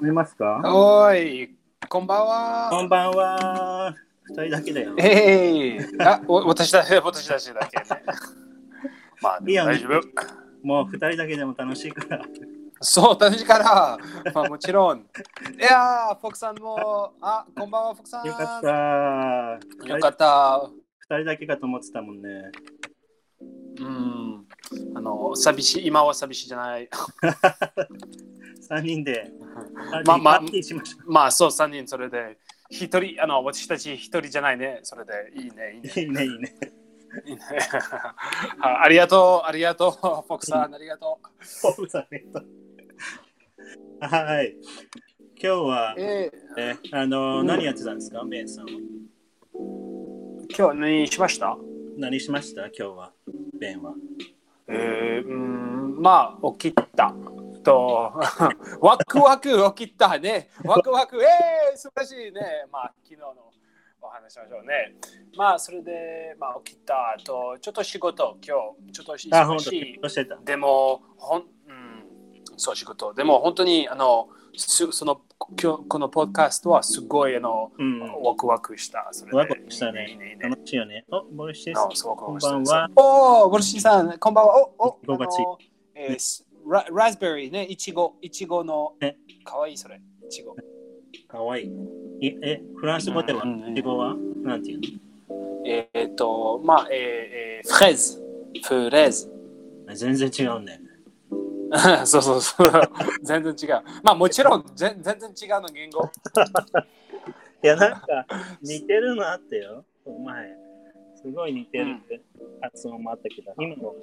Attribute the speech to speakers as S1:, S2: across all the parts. S1: 見えますか
S2: おーい、こんばんは。
S1: こんばんは。二人だけだよ。
S2: えい、あ、お私だ、私たちだけ、ね。まあ、
S1: いいよね
S2: 大丈夫。
S1: もう二人だけでも楽しいから。
S2: そう、楽しいから。 まあ、もちろん。いやー、フォクさんも、あ、こんばんは、フォクさん。
S1: よかった。二
S2: よ
S1: 人
S2: かった。
S1: 二人だけかと思ってたもんね。
S2: うん。あの、寂しい、今は寂しいじゃない。
S1: 三人で。
S2: まあまあ
S1: パーティーしましょ
S2: まあ、そう、三人、それで。一人、あの、私たち一人じゃないね。それで、いいね、いいね。
S1: う。いいね、いいね。
S2: いいね あありがとう、ありがとう、フォクさん、ありがとう。
S1: ポールさんありがとうはい。今日は、
S2: え
S1: えあの、
S2: うん
S1: 何やってたんですか、メイさんは。
S2: ー、今日は何しました
S1: 何しました今日は、ベンは。
S2: えー、うーんまあ、起きた。と ワクワク起きたね。ワクワク、えー、素晴らしいね。まあ、昨日のお話しましょうね。まあ、それで、まあ、起きたと、ちょっと仕事、今日、ちょっと
S1: あ、本
S2: 忙
S1: 当
S2: し
S1: に。
S2: い
S1: ど。うしてた
S2: でも、ほん、うん、そう仕事。でも、本当に、あの、すその、今日、このポッドキャストは、すごい、あの、
S1: うん。
S2: ワクワクした。それで
S1: ワクワクした
S2: いいいいい
S1: ね
S2: い。
S1: 楽しいよね。お、ボルシです
S2: あ。そうこ
S1: こんばんは。
S2: おお、ボルシーさん、こんばんは。おお、
S1: 五月
S2: あのえーすララズベリーね、いちご、いちごの
S1: ね。
S2: かわいいそれ、いちご。
S1: かわいい。いえ、フランス語では、
S2: うんうんうん
S1: 英語はなんていう
S2: えーっと、まあ、えーえー、フレーズ。フレーズ。
S1: の全然違うね。
S2: そうそうそう。 全然違う。まあ、もちろん、全全然違うの言語。
S1: いや、なんか、似てるのあったよ。お前。すごい似てるって発音もあったけど、今のは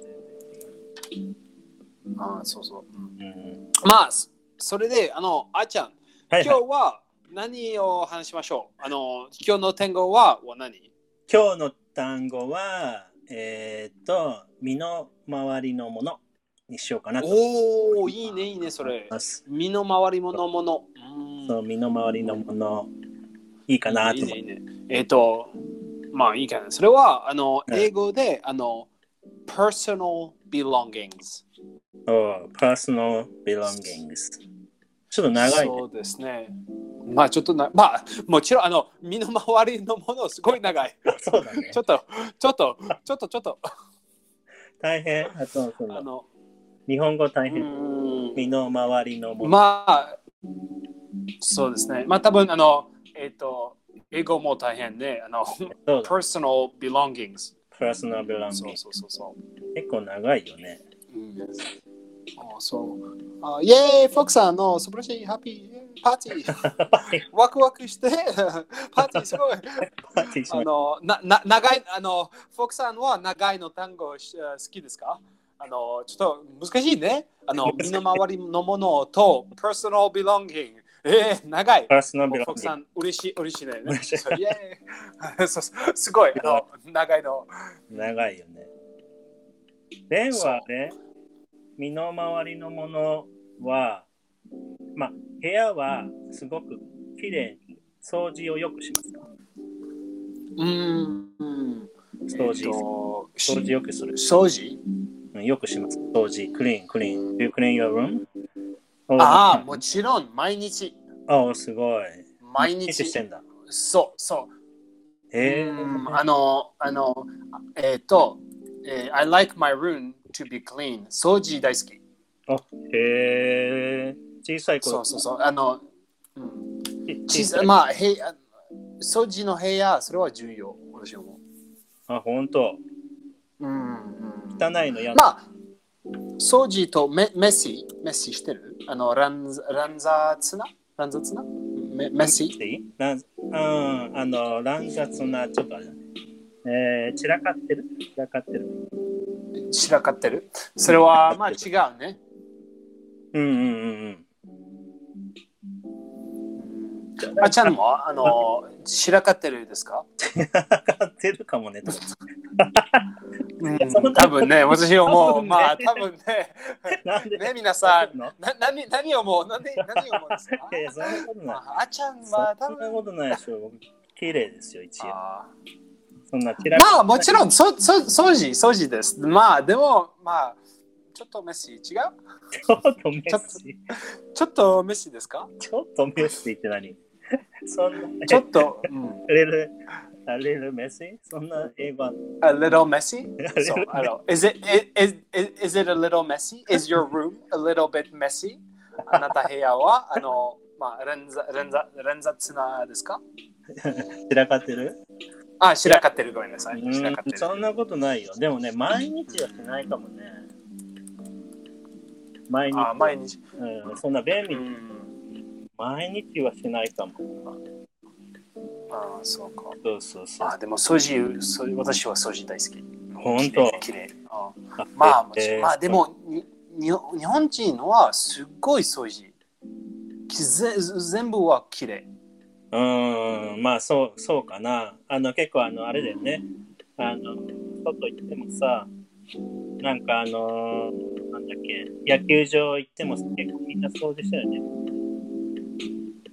S2: ああ、そうそう。うん
S1: 全然。うん、
S2: まあ、そそれで、あの、あーちゃん、
S1: はい、
S2: 今
S1: はい
S2: 日。は何を話しましょうあの、今日の天候はは何
S1: 今日の単語は、えーっと、身の回りのものにしようかなと思い
S2: おお、いいね、いいね、それ。
S1: ます。
S2: 身の回りものもの。
S1: そう身の回りのもの、いいかなと
S2: い
S1: 思
S2: い
S1: っ
S2: ね、い
S1: て。
S2: いね。えっ、と、まあいいかな。それは、あの、
S1: うん
S2: 英語で、あの、personal belongings。
S1: おう personal belongings。ちょっと長いね。
S2: そうですね。まあちょっとな、まあもちろん、あの、身の回りのものすごい長い。
S1: そうだね
S2: ち。ょっと、ちょっと、ちょっと、ちょっと、
S1: 大変。あと、 そ
S2: あ
S1: の
S2: の、
S1: 日本語大
S2: う
S1: 変。
S2: ん
S1: 身の回りのもの。
S2: まあ、そうですね。まあ多分、あの、えっ、と、英語も大変で、あの、
S1: そうだ。
S2: personal belongings。
S1: プラスのブランド。
S2: そう
S1: 結
S2: そうそうそう。
S1: 構長いよね。
S2: あそうあイェーイ、フォークさんの素晴らしいハッピーパーティ ー。ワクワクして、 パーティーすごい。
S1: パーティーしま
S2: あ
S1: しょ
S2: のなな長いあのフォークさんは長いの単語し好きですかあのちょっと難しいね。あ
S1: 。
S2: の身の回りのものと personal belonging。えー、長いう
S1: プ。ラスの
S2: フ
S1: ブラ
S2: ォ
S1: ン
S2: ークさ
S1: ド。
S2: ん、嬉しい、嬉しいね。
S1: 嬉しい
S2: そうイエーイそうそうすごい、あの長いの。
S1: 長いよね。レンはね、身の回りのものは、まあ、部屋はすごく綺麗に掃除をよくしますか。
S2: うん。うん
S1: 掃除、
S2: えっと
S1: 掃除よくする。
S2: 掃除
S1: うんよくします。掃除、クリーン、クリーン。Do you clean your room?
S2: ああ、もちろん、毎日。
S1: あ、おすごい。
S2: 毎日。
S1: してんだ。
S2: そう、そう。
S1: へえ
S2: うんあの、あの、えっ、と、えー I like my room to be clean. 掃除大好き。
S1: へえ小さい
S2: そ
S1: 頃
S2: うそうそう。あの、うん、
S1: 小
S2: 小
S1: さ
S2: さ
S1: い
S2: まあ、へいあ掃除の部屋、それは重要。私は思
S1: あ、本当。
S2: う。うん、うん。
S1: 汚いのやだ。
S2: まあ、掃除とメメッシ、メッシしてるあの、乱乱雑な乱雑なメメッシ
S1: でいい乱うん、あの、乱雑な、ちょっとあれだね。えー、散らかってる散らかってる。
S2: 散らかってるそれは、まあ、違うね。
S1: うんうんうん
S2: あちゃんもあの散らかってるですか、
S1: うん。散らかってるかもね。
S2: うん、多分 ね、私はもう、まあ多分ね、
S1: なんで
S2: ね、皆さ
S1: そう
S2: ん、
S1: なの
S2: な何何をもう、何何をもうんです か
S1: いやいや、そんなことない。
S2: ああちゃんは多
S1: そんな
S2: 分
S1: ことないでしょ。僕綺麗ですよ、一応。
S2: あ
S1: そんな散
S2: ー
S1: らか
S2: まあもちろん、そそ掃除、掃除です。まあでも、まあ、ちょっとメッシ違う
S1: ちょっとメッシ。
S2: ちょっとメッシですか
S1: ちょっとメッシって何そんな、
S2: ちょ っと、うん、
S1: レル、あレルメッシそんな英語は
S2: a little messy?
S1: little
S2: So, I don't know. Is it, is, is, is it a little messy? Is your room a little bit messy? あなた部屋 は、あの、まあ、連ざ連ざ連雑なですか
S1: 散らかってる
S2: あ、散らかってる。ごめんなさい。
S1: う
S2: 散らかって
S1: ん、
S2: る。
S1: そんなことないよ。でもね、毎日はしないかもね。毎日、
S2: あ、毎日。
S1: うん、そんな便
S2: う
S1: 利、
S2: ん。
S1: 毎日はしないかも。
S2: あ、そうか。
S1: そうそうそう。
S2: あ、でも、掃除、掃除私は掃除大好き。
S1: 本当。
S2: 綺麗。あ
S1: あ
S2: まあ、もち
S1: えー
S2: まあでもにに日本人のはすっごい掃除きぜ全部は綺麗
S1: うーん、まあそう、そうかな。あの、結構あの、あれだよね。あの、外行ってもさ、なんかあのーなんだっけ、野球場行っても結構みんな掃除したよね。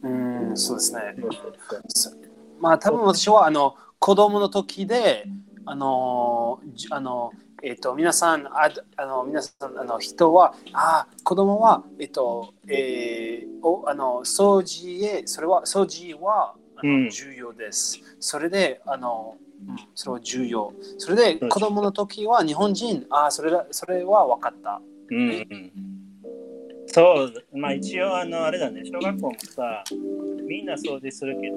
S2: うんそうですね
S1: そうそうそう
S2: まあ多分私はあの子供の時であのじあのえっ、と皆さんああの皆さんあの人はあ子供はえっ、とえーおあの掃除へそれは掃除はあの、
S1: うん
S2: 重要ですそれであのうんそれは重要それで子供の時は日本人あそれだそれは分かった
S1: うんうん。そう、まあ一応あの、あれだね、小学校もさ、みんな掃除するけど、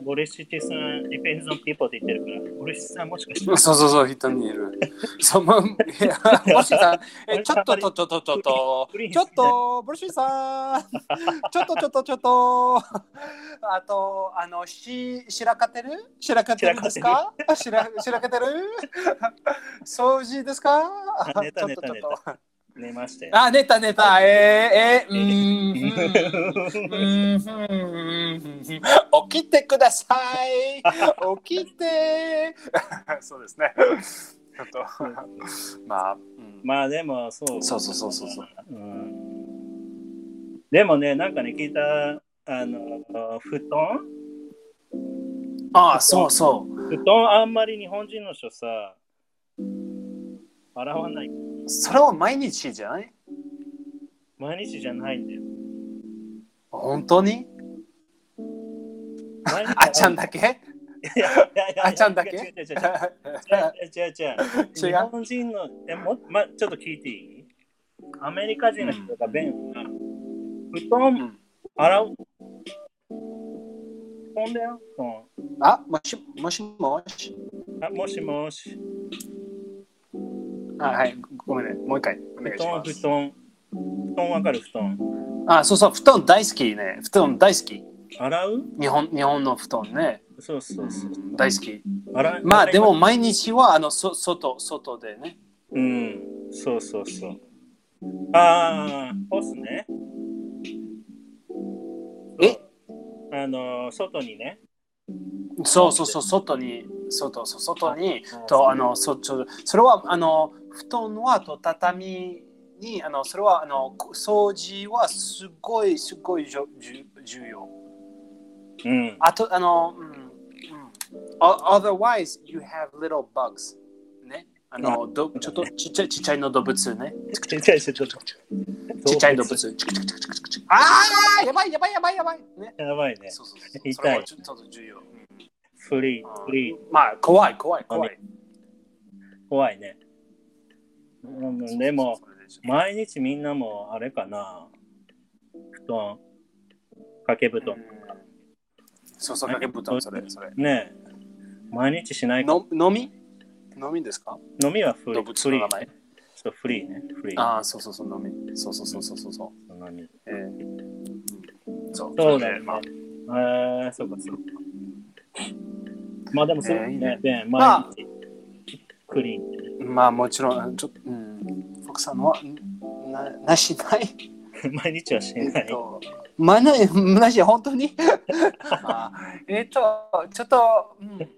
S2: う
S1: ボリシティさん、ディフェンスのピーポーって言ってるから、ボリシティさんもしかして、
S2: んそうそうそう人にいるそ うまいやもしさんえちょっとちょっとちょっとちょっと
S1: プリン
S2: ちょっと、ブルシーさん、ちょっとちょっとちょっと、あと、あの、し、しらかってるしらかってるですかしらしらかってる掃除ですか
S1: あ寝た
S2: ちょっと
S1: 寝た
S2: ちょっと
S1: 寝ましたよ。
S2: あ、寝た寝た、えー、えー、うーん。う
S1: う
S2: ーん起きてください起きて そうですね。ちょっと、まあ、うん
S1: まあでも、そう。
S2: そうそうそうそうそう。
S1: うんでもね、なんかね、聞いた、あの、布団
S2: ああ、そうそう。
S1: 布団あんまり日本人の人さ、洗わない。
S2: それは毎日じゃない
S1: 毎日じゃないんだよ。
S2: 本当に
S1: 毎日
S2: あちゃんだけ
S1: いやいやいやいや
S2: あちゃんだけ
S1: 違う違う違う違う違う違う
S2: 違う
S1: 日本人のえも、ま、ちょっと聞いていいアメリカ人の人がベンが布団洗う。布団だよ。布団
S2: あもしもしもし
S1: あもしもし。
S2: あはいごめんねもう一回お
S1: 布
S2: 願いし
S1: 団、
S2: ま
S1: 布
S2: す
S1: 団。布団わかる布団。
S2: あそうそう布団大好きね布団大好き
S1: 洗う
S2: 日本日本の布団ね
S1: そうそうそう。
S2: 大好き
S1: 洗い
S2: まあでも。毎日はあのそ外外でね
S1: うん、そうそうそう。ああ、干すね。
S2: え
S1: あの、外にね。
S2: そうそうそう外に外そう外に
S1: あ
S2: とあのそちょそれはあの布団はと畳にあのそれはあのこ掃除はすごいすごいじょ重重要
S1: うん。
S2: あと、あの、うんうん、O- otherwise, you have little bugs. ね。あの、どちょっとちっちゃいちっちゃいの動物ね。
S1: ちっちゃい、ちっちゃい。
S2: ちっちゃい動
S1: の
S2: 物。チクチクチクチクチクチクああやばいやばいやばいやばいね。
S1: やばいね。
S2: そうそうそ
S1: 痛
S2: う。
S1: い
S2: それはちょっと重要。うん
S1: フリ
S2: あ
S1: ー、
S2: ー
S1: フリー。
S2: まあ、怖い怖い怖い。
S1: 怖いね。うん、でも、
S2: そうそうそう、
S1: 毎日みんなもあれかな。布団。掛け布
S2: それ
S1: 団
S2: で。うんそうそう、かけ布団、それ、それ。
S1: ねえ。毎日しないか。
S2: の飲み飲みですか
S1: 飲みはフリ
S2: 動
S1: ー。
S2: 物
S1: フ
S2: の
S1: リ
S2: 名
S1: ー
S2: 前
S1: ね。。そう、フリーね。フリー。
S2: ああ、そうそうそう、飲み。そうそうそうそうそうそう。
S1: 飲み
S2: えーうんそう
S1: そうだよ
S2: れ
S1: ね
S2: でまあ。
S1: えー、そうかそうか。まあでもそう
S2: えーいい
S1: ね
S2: ね、
S1: で、
S2: まあ
S1: 毎日クリーン。
S2: まあもちろん、ちょっと、うん、奥さんはななしない。
S1: 毎日はしな
S2: えっ
S1: い。
S2: と、まあない、なし、本当に。 まあえっと、ちょっと、うん。うん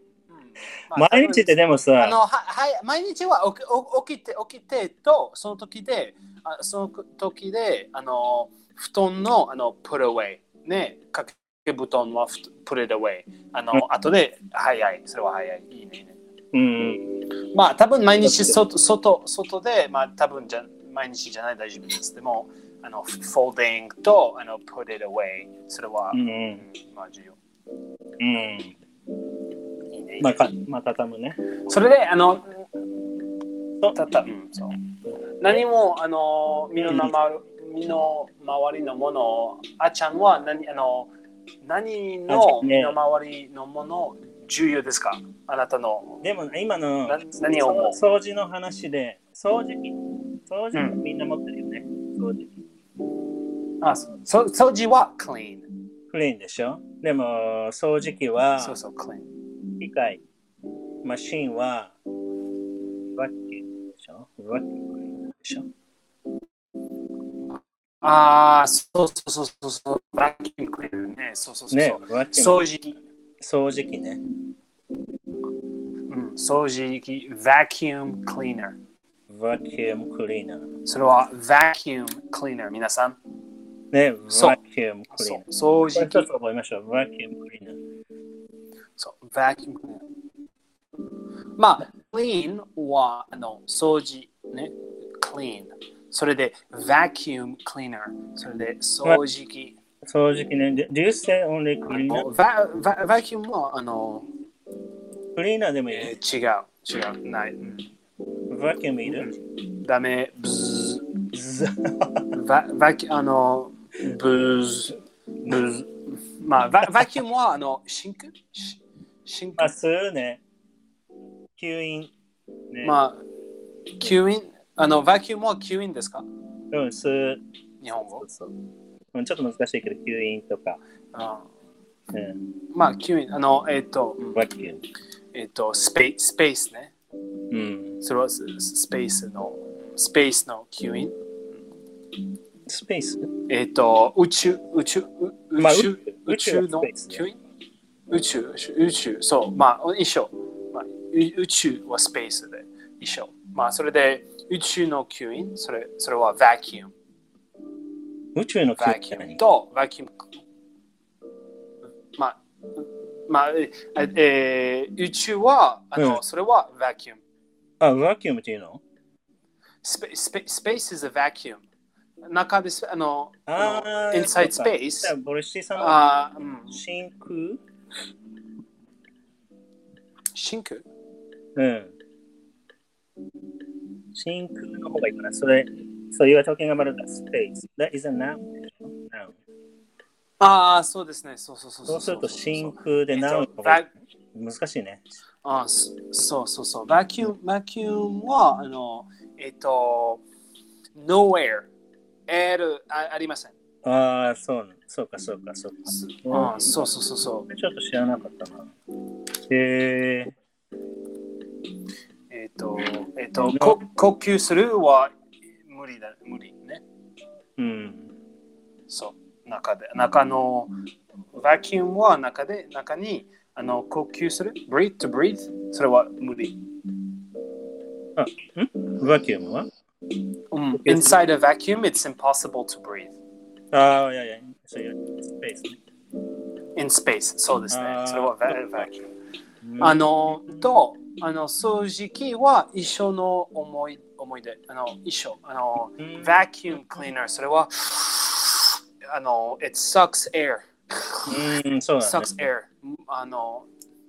S2: まあ
S1: 毎日ってでも
S2: あ
S1: さ、
S2: のははい、毎日は起きお起きて起きてとその時であその時であの布団のあのプルウェイね掛け布団はふとプルウェイあの、後ではいはいそれははいはいいいねいいね
S1: うん。
S2: まあ多分毎日外外外で、まあ多分じゃ毎日じゃない大丈夫です。でも、あの、folding とあの put it away、それは、
S1: う。
S2: うんんまあ重要。
S1: うん。
S2: いいね
S1: まあ、かまあ、畳むね。
S2: それで、あの、
S1: そう
S2: たった、うん、そう。何も、あの、身の名ま身の回りのものを、あちゃんは何、あの、何の身の回りのもの重要ですかあなたの。
S1: でも、今の
S2: な何を思う
S1: そ掃除の話で、掃除機、掃除機みんな持ってるよね。掃除機。
S2: あ、そ掃除は clean。
S1: クリーンでしょでも、掃除機は、
S2: そうそう、clean。
S1: 機械、マシンは、ワッキンでしょワッキンでしょ
S2: ああ、そうそうそうそうそう、バッキングクリーンね、そうそうそう
S1: ね
S2: そう、、
S1: ワッキン。
S2: 掃除機、
S1: 掃除機ね。
S2: うん、掃除機、vacuum cleaner。
S1: ワッキムクリーナー。
S2: それは vacuum cleaner、皆さん。
S1: ね、
S2: そう
S1: ワッキムクリーナ
S2: そ
S1: ー
S2: う。掃
S1: これ
S2: 除
S1: 一
S2: 機
S1: つ、覚えましょう。ワッキムクリーナー。
S2: そう、vacuum cleaner。まあ、clean はあの掃除、ね、clean。それで vacuum cleaner。それで掃除機。
S1: 掃除機ね。Do do you say only クリーナー
S2: Va- va- vacuum はあの、
S1: クリーナーでもいい
S2: え。ー違う、違う、ない。うん
S1: ワッキムいる
S2: ダメ、ブズ
S1: ず
S2: ババキあのブーブーまあババキュームはあのシンクシシンク
S1: あ、するね。吸引。ね。あ、
S2: まあ吸引あのバキュームは吸引ですか
S1: うん、吸う。
S2: 日本語、
S1: そううんちょっと難しいけど、吸引とか。
S2: う
S1: うん。
S2: ん、まあ吸引あのえっ、と
S1: ワッキム。
S2: えっ、とスペスペースね
S1: うん。
S2: それはススペースのスペースの吸引
S1: スペース
S2: えっ、と宇宙宇宙う宇宙、
S1: まあ宇宙
S2: 宇宙の
S1: 宇宙はスペースね
S2: 吸引宇宙宇宙そうまあ一緒、まあ、う宇宙はスペースで一緒まあそれで宇宙の吸引それそれは vacuum
S1: 宇宙の空気
S2: vacuum と vacuum まあまあええー宇宙はあの、
S1: うん
S2: それは vacuum
S1: あ、ワキュームっていうの
S2: スペスペスペース is a vacuum 中ですあの
S1: ああ。
S2: の inside
S1: そうか
S2: space
S1: じゃあ、ボルシーさんは
S2: あー、うん、
S1: 真空
S2: シンク
S1: うん。真空の方がいいかな。それ、so you are talking about the space. That is a noun. noun.
S2: ああそうですねそうそうそう
S1: そうすると
S2: シ
S1: 真空で
S2: えっと
S1: noun の方
S2: バ
S1: が難しいね。
S2: あそそうそうそう。バキューム、バキュームは、あの、えっと、nowhere、air あありません。
S1: ああ、そう、そうか、そうか、そうか。
S2: す
S1: うん
S2: あそうそうそうそう。
S1: ちょっと知らなかったな。へえ
S2: えっと、えっと、こ呼吸するは無理だ、無理ね。
S1: うん。
S2: そう、中で、中の、バキュームは中で、中に、あの、呼吸する、breathe to breathe、それは無理。
S1: あ、んバキュームは
S2: うん、inside a vacuum, it's impossible to breathe.
S1: ああ、いやいや、そういうスペースね。
S2: in space、そうですね
S1: あ。ー
S2: それは va- vacuum。
S1: うん
S2: あのとあの掃除機は一緒の思い思い出あの一緒あの、
S1: うん
S2: vacuum cleaner それはあの it sucks air
S1: うん、そうだね
S2: sucks。air あの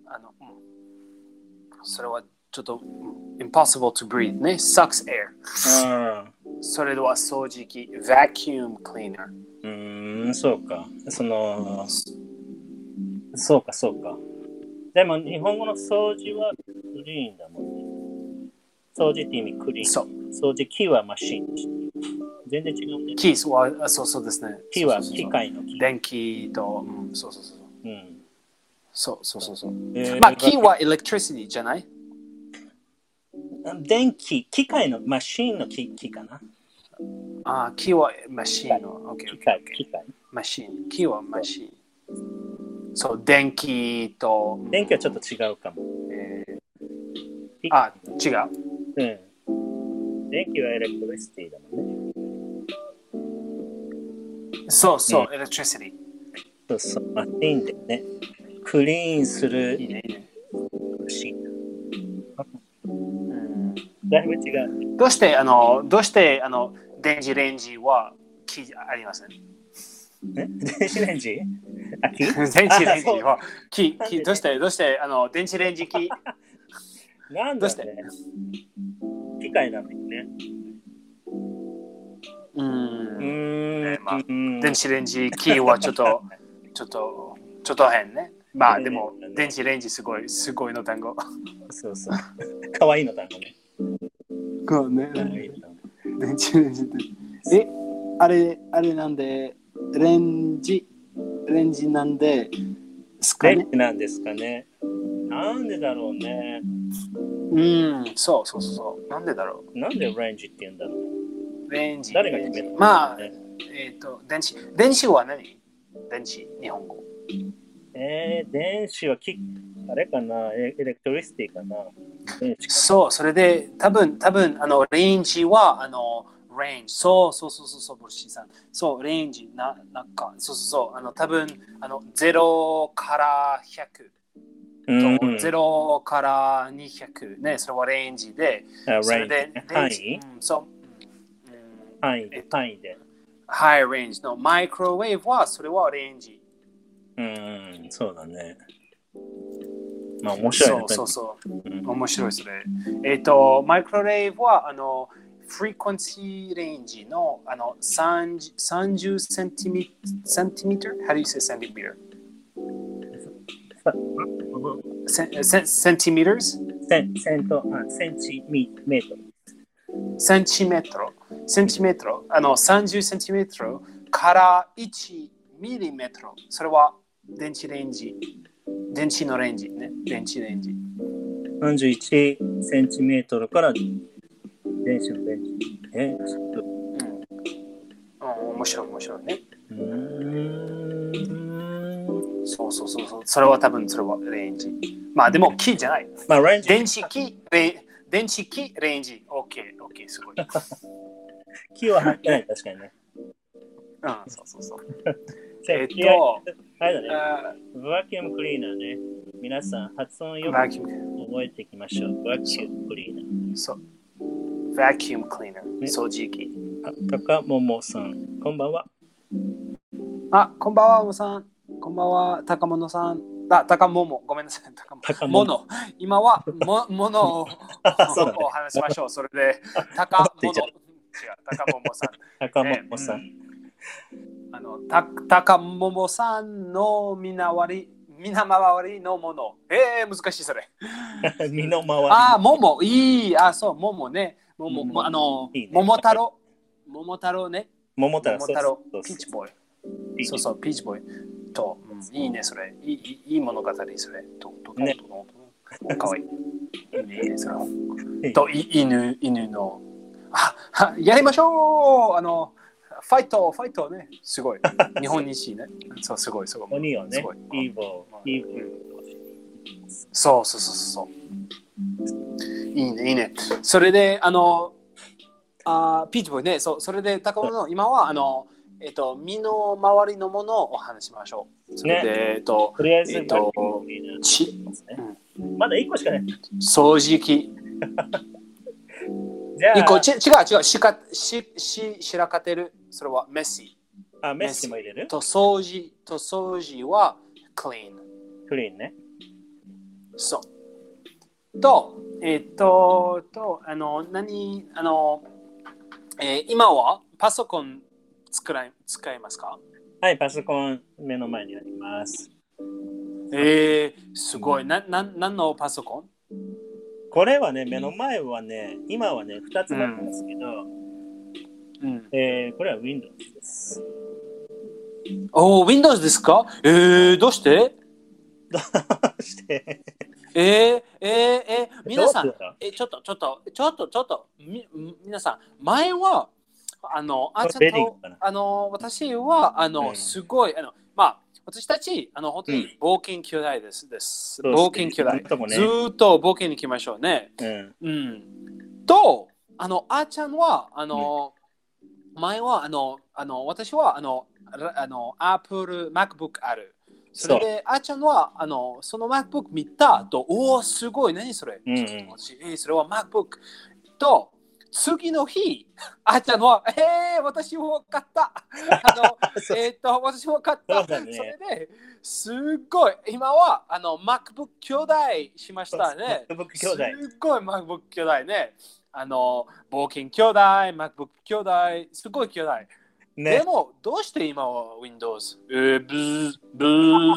S2: あの、うんそれはちょっとうん impossible to breathe ね sucks air
S1: ああ。
S2: それでは掃除機 vacuum cleaner
S1: うーん、そうか。その、そうか、そうか。でも、日本語の掃除はクリーンだもんね。掃除って意味クリーン。
S2: そう
S1: 掃除機はマシン。全然違うんだよ。
S2: キーはあそうそうですね
S1: 機は
S2: そうそうそう
S1: 機械の機。
S2: 電気と、うん、そうそうそう
S1: うん。
S2: そうそうそうそう
S1: えー
S2: まあ、キーは electricity じゃない
S1: 電気、機械の、マシンの機機かな。
S2: あー、キーはマシンの。OK,
S1: 機
S2: OK,
S1: 械、機
S2: OK.
S1: 械。
S2: マシン。キーはマシン。そう、電気と。
S1: 電気はちょっと違うかも。
S2: えー
S1: 機
S2: あ、違う。
S1: うん。電気はエレクトリシティだもんね。
S2: そうそう、electricity。
S1: そうそう、マシンでね。クリーンする
S2: いいね、いいね。
S1: マシン。だいぶ違う。
S2: どうして、あの、どうして、あの、電子レンジはきありません
S1: え電子レン ジあ、き
S2: 電子レンジはききどうして、どうして、あの、電子レンジき
S1: なんだ
S2: どう
S1: っ、
S2: してて
S1: 機械なのにね。
S2: う
S1: う
S2: ーん、
S1: ー
S2: ね
S1: ん。
S2: まあ
S1: うん
S2: 電子レンジきはちょっと、ちょっと、ちょっと変ね。まあでも、電子レンジすごい、すごいの単語。
S1: そうそう。かわいいの単語ね。かわいいの単語
S2: 電池レンジってえあれあれなんでレンジレンジなんですか
S1: レ
S2: ね
S1: ンジなんですかね。なんでだろうね。
S2: うんそうそうそうそうなんでだろ
S1: なんでレンジって言うんだろう。
S2: うレンジ
S1: 誰が決めた
S2: レン
S1: の
S2: ジまあ
S1: ね
S2: えっ、と電子電子は何電子日本語
S1: えー、電子はきあれかなエエレクトリシティかな電子か
S2: そうそれで多分多分あのレンジはあのレンジそうそうそうそうそうボルシーさんそうレンジななんかそうそうそうあの多分あの0から100
S1: うんうん
S2: ゼロから200ね、それはレンジで、
S1: あレンジ
S2: それで
S1: 範
S2: レンジ
S1: 囲、
S2: うんそう、うん
S1: 範囲で範囲で。
S2: ハイレンジのマイクロウェーブはそれはレンジ。
S1: うん、そうだね。まあ面白いね。
S2: そうそうそう、
S1: うん
S2: 面白いそれ。えっ、と、マイクロウェーブはあの、フリクエンシーレンジのあの30 30センチミセンチメートル ?How do you say centimeter? センセンセンチメートル
S1: センセントあセンチミメートル。
S2: センチメートル、センチメートル、あの30センチメートルから1ミリメートル。それは電池レンジ。電池のレンジね。電池レンジ。
S1: 31センチメートルから電子の電子。えちょっと
S2: うん。うん、面白い面白いね。
S1: うーん
S2: そうそうそうそう。それは多分それはレンジ。まあでもキーじゃない。
S1: まあ、レンジ
S2: 電池キー、レ電池キー、レンジ。オッケー、オッケー、すごい。
S1: キーは入ってない、確かにね。
S2: うん、そうそ うそう。え
S1: え
S2: っと、
S1: あれだね。
S2: あ
S1: バーキュームクリーナーね。皆さん、発音
S2: ー
S1: よく
S2: バーキューム。
S1: 覚えていきましょう。バーキュームクリー
S2: そう。vacuum cleaner
S1: ね
S2: 掃除機。
S1: ナー。あ、高桃さん、こんば んは。
S2: あ、こんばんは、おもさん。こんばんは、高物さん。あ、高もも、ごめんなさい、高も。
S1: 高
S2: も
S1: 桃。
S2: の、今は、も、 ものを、
S1: そうだね
S2: お話しましょう。それ で、高
S1: 言
S2: も
S1: っちゃ
S2: の
S1: っ。
S2: 違う、高ももさん。
S1: 高桃さ
S2: ね
S1: ん。
S2: うんあの、た、高ももさんのみなわり、みなまわりのもの。えー、難しい、それ。
S1: 身の回り。
S2: あー、もも、いい、あ、そう、ももね。もも、
S1: うん
S2: もあの
S1: いいね、
S2: もも太郎。もも太郎ね。
S1: 桃太郎。
S2: 桃太郎
S1: そう。そ
S2: ピー
S1: う
S2: チボーイ。
S1: そう
S2: そうそう、ピーチボーイと、うんいいね、それ。いいいいいい物語、それ。と、と、と、
S1: ね
S2: と、と、かわいい。いいね、いいね、そ
S1: い
S2: れ。
S1: い
S2: と、い犬、犬の。あ、はやりましょうあの、ファイト、ファイトね。す ごい。日本にしいね。そう、すごい、すごい。
S1: 鬼をね
S2: すごい、
S1: イーボ
S2: まあ
S1: ー、イーボー。
S2: そうそうそうそう。いいね、いいね。それで、あの、あーピーチボーイね、そう、それで、高尾の今は、あの、えっと、身の周りのものをお話ししましょう。それで、えっと、
S1: とりあえず、
S2: えっと
S1: バーキュームクリーナー
S2: ち
S1: ですねまだ1個しかない。
S2: 掃除機。
S1: じゃ
S2: 一個
S1: あ、
S2: ち違う違う、しか、し、し、しらかてる。それはメッシ。
S1: あメッシも入れる
S2: と掃除、と掃除はクリーン。
S1: クリーンね。
S2: そう。と、えっと、と、あの、何、あの、えー今はパソコン使い使いますか
S1: はい、パソコン目の前にあります。
S2: えー、すごい。な、な、何のパソコン
S1: これはね、目の前はね、今はね、2つなんですけど、
S2: うん。
S1: えー、これは Windows です。
S2: おー、Windows ですかえー、どうして
S1: どうして
S2: えー、えー、えー、皆さ
S1: どうんし、た
S2: え、ちょっと、ちょっと、ちょっと、ちょっと、み、皆さん、前は、あの、あ、
S1: こ
S2: ち
S1: れレ
S2: ょっ
S1: ディー
S2: と
S1: かな、
S2: あの、私は、あ
S1: う
S2: の、
S1: ん
S2: すごい、あの、まあ、私たち、あの、本当
S1: うん
S2: に冒険巨大です。です
S1: そう
S2: 冒険巨大。
S1: ずっともね
S2: ずーっと冒険に行きましょうね。
S1: うん。
S2: うん。と、あの、あーちゃんは、あの、前は、あの、あの、私は、あの、らあの、Apple MacBook ある。それで、あーちゃんは、あの、その MacBook 見たと、おお、すごい、何それ、
S1: うんうん
S2: 私えーそれは MacBook。と、次の日、あっちゃんも、えー、私も 買った。あの、えーっと、私も買った。
S1: そうだね
S2: それで、すっごい、今は、あの、MacBook 兄弟しましたね。
S1: MacBook 兄弟。
S2: すっごい MacBook 兄弟ね。あの、冒険兄弟、MacBook 兄弟、すごい兄弟。で
S1: ね。
S2: も、どうして今は Windows? えー、ブー、ブー、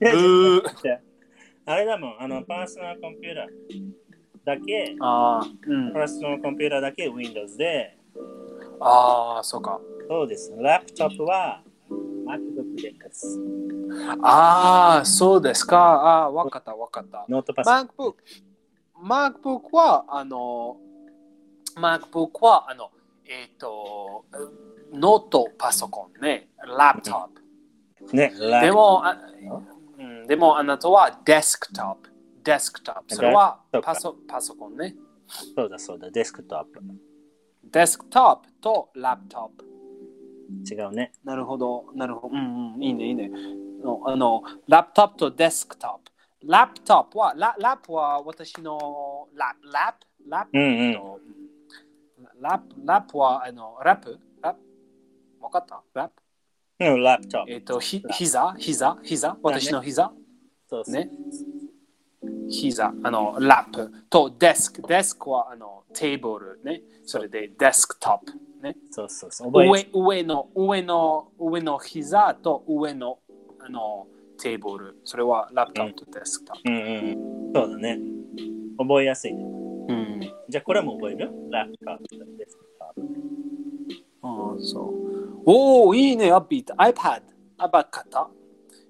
S2: ブー。
S1: あれだもん、あの、パーソナルコンピューターだけ、
S2: ああ、うん
S1: パ。ーソナルコンピューターだけ Windows で、
S2: ああ、そうか。
S1: そうです。ラップトップは MacBook です。
S2: ああ、そうですか。ああ、わかった、わかった。
S1: ノートパソ
S2: MacBook、MacBook は、あの、MacBook は、あの、えっ、と、ノートパソコンね、ラップトップ。
S1: コン。ね。ラ
S2: で
S1: ップ
S2: も、あうん、でもあなたはデスクトップ。デスクトップ。それは
S1: デスクトップ
S2: パソパソコンね。
S1: そうだそうだ。デスクトップ。
S2: デスクトップとラップトップ。
S1: 違うね。
S2: なるほど、なるほど。うんうん、いいね、いいね。のあの、ラップトップとデスクトップ。ラップトップは、ララップは私のラップ、ラップ、ラップ
S1: う、んうん。
S2: のラップ、ラップは、あの、ラップ、ラップ、わかったラップ。
S1: うん、ラップトップ。
S2: えっ、と、ひ膝、膝、膝、私の膝。
S1: そうそう
S2: ね。膝、あの、ラップとデスク。デスクは、あの、テーブルね。それで、デスクトップ。ね。
S1: そうそうそう。覚え
S2: 上、上の、上の、上の膝と上の、あの、テーブル。それは、ラップトップとデスクトップ。
S1: うんうんうん。そうだね。覚えやすいね。
S2: うん。
S1: じゃあこれも覚えるラップトップデスクトップ。
S2: ああ、そう。おお、いいね、アビート。iPad。iPad 買った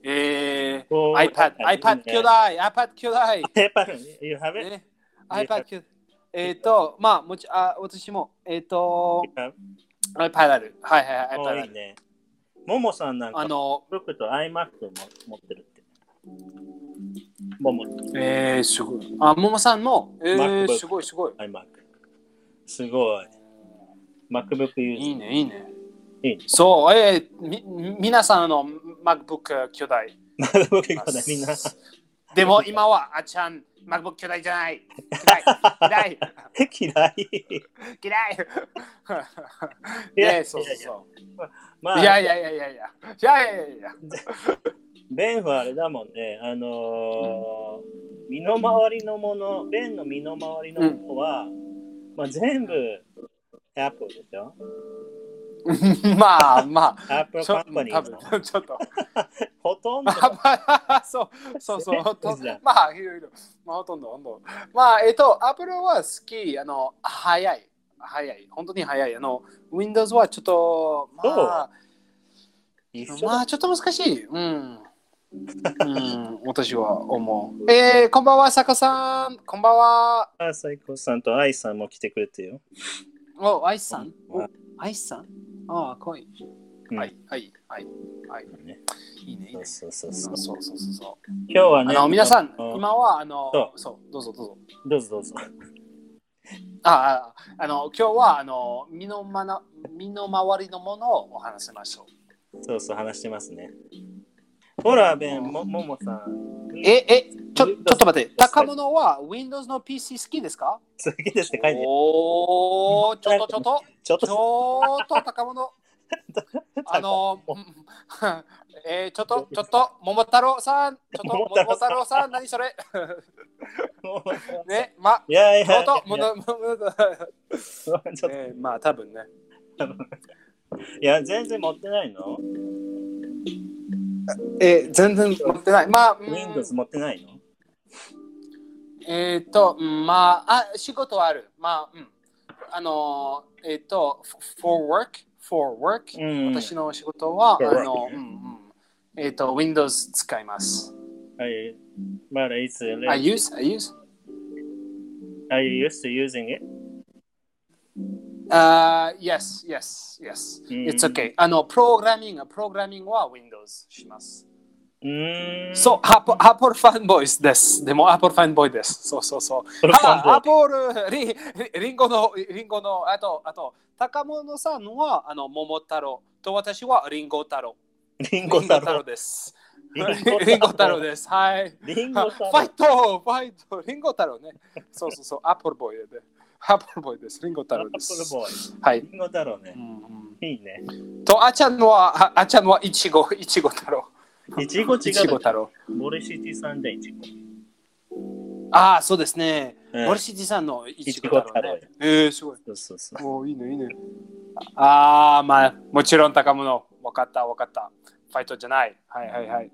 S2: えー、
S1: おー iPad い
S2: iPad、iPad
S1: いね
S2: 巨大、iPad 巨大。
S1: ペーパー、you have it?
S2: ね、iPad 巨大。えっ、ー、と、まあ、もちあ私も、えっ、ー、と、
S1: You have?
S2: iPad ある。はいはいはい、
S1: お
S2: iPad あ
S1: ーいい
S2: る。
S1: ね。ももさんなん
S2: あ
S1: か、
S2: の、
S1: 僕と iMac も持ってるって。もも、
S2: えー、すごい。あ、ももさんも、えー、
S1: MacBook
S2: すごいすごい。
S1: iMac。すごい。MacBook ユーザ
S2: いいね、いいね。
S1: ー。いいね。
S2: そう、えー、み、皆さんあの MacBook 巨大。
S1: MacBook 兄弟みんな。
S2: でも今は、あちゃん、MacBook 巨大じゃない。巨大。巨大。
S1: 嫌い。
S2: 嫌い。
S1: いや
S2: ね、そうそうそ
S1: ま
S2: う。
S1: あ、
S2: いやいやいやいやいや。いやいやいやいや。
S1: ベンはあれだもんね。あのー身の回りのもの、ベンの身の回りのものは、まあ、全部 Apple でしょ
S2: まあま
S1: ?Apple カ
S2: あ。多
S1: ンパ
S2: 分
S1: ニーの
S2: ちょっと。
S1: ほとんど
S2: まあそうそうそう。ほとんどまあいろいろ。まあほとんどほとんど。まあえっと、アップルは好き。あの、早い。早い。本当に早い。あの、Windows はちょっと、まあ。
S1: 一緒
S2: ま
S1: だ。
S2: あちょっと難しい。うん。うん、私は思う。えー、こんばんは、さこさん。こんばんは。
S1: あ、最高さんと愛さんも来てくれてよ。
S2: お、アイスさん。
S1: う
S2: お
S1: ん、
S2: アイスさん。ああ、かわいい。
S1: うん
S2: はい、はい、はい。はい、
S1: ね
S2: いいね、いい
S1: そう
S2: ね。
S1: そうそうそ。
S2: そううそうそうそう。
S1: 今日は
S2: あ
S1: ね、
S2: の、皆さん、
S1: あの
S2: 今は、あの
S1: そ、
S2: そう、どうぞどうぞ。
S1: どうぞどうぞ。
S2: ああ、あの、今日は、あの、身のまな、身の回りのものをお話しましょう。
S1: そうそう、話してますね。ほら、ベン、もももさん。
S2: え、え、ちょ、ちょ
S1: Windows
S2: っと待って。高物は Windows の PC 好きですか
S1: 続きですって書いてる。
S2: おお、ちょっとちょっと、
S1: ちょっ
S2: ち
S1: と、
S2: ょっと高 物。あの、うんえー、ちょっと、ちょっと、桃太郎さん、ちょっと、
S1: 桃
S2: 桃
S1: 太郎さ
S2: 太
S1: ん
S2: 郎さん、何それ。
S1: もう
S2: ね、ま、
S1: いやいやい
S2: ちょ
S1: や
S2: っと、もの、もの、
S1: ちょっと
S2: えー、まあ、多分ね。
S1: いや、全然持ってないの
S2: えー、全然持ってない。まあ、うん
S1: ?Windows 持ってないの
S2: えっ、ー、と、うんまあ、あ、仕事はある。まあ、うん。あのー、えっ、ー、と、for work, for work、
S1: うん
S2: 私の仕事は、
S1: For work
S2: あの、うんうん、えっ、ー、と、Windows 使います。
S1: はい。まだいつ
S2: I use, I use.
S1: Are you used to using it?
S2: Uh, yes, yes, yes.
S1: うん
S2: It's okay. あの、プログラミング、プログラミングは Windows します。
S1: うーん。
S2: そう、Apple Apple fanboys です。でも Apple fanboy です。そうそうそう。
S1: Apple fanboy
S2: あ、Apple リ、リリンゴの、リンゴの、あと、あと、高物さんは、あの、桃太郎と私はリンゴ太郎。
S1: リン
S2: リ
S1: ゴ太郎。
S2: です。
S1: リ
S2: リ
S1: ン
S2: ン
S1: ゴ太郎
S2: ゴ太郎です。はい。
S1: リン
S2: あ
S1: ゴ
S2: フ
S1: 太
S2: ァ
S1: 郎
S2: イ。トファイトリンゴ太郎ね。そうそうそう、アップルボーイで。ハーパーボーイです。リンゴ太
S1: アッ
S2: 郎
S1: プ
S2: で
S1: ル
S2: す。
S1: ボー
S2: はい
S1: イ。。リンゴ太郎ね
S2: う。んうん
S1: いいね。
S2: と、あちゃんは、ああちゃんはいちご、いちご太郎。
S1: いちご違う
S2: いちご太郎。
S1: ボルシティさんでいちご。
S2: ああ、そうですね。
S1: うん
S2: ボルシジさんのいちご太郎
S1: いちご
S2: ね。ええ、すごい。
S1: そうそうそう。
S2: おーいいね、いいね。ああ、まあ、もちろん高物。わかった、わかった。ファイトじゃない。はいはい はい。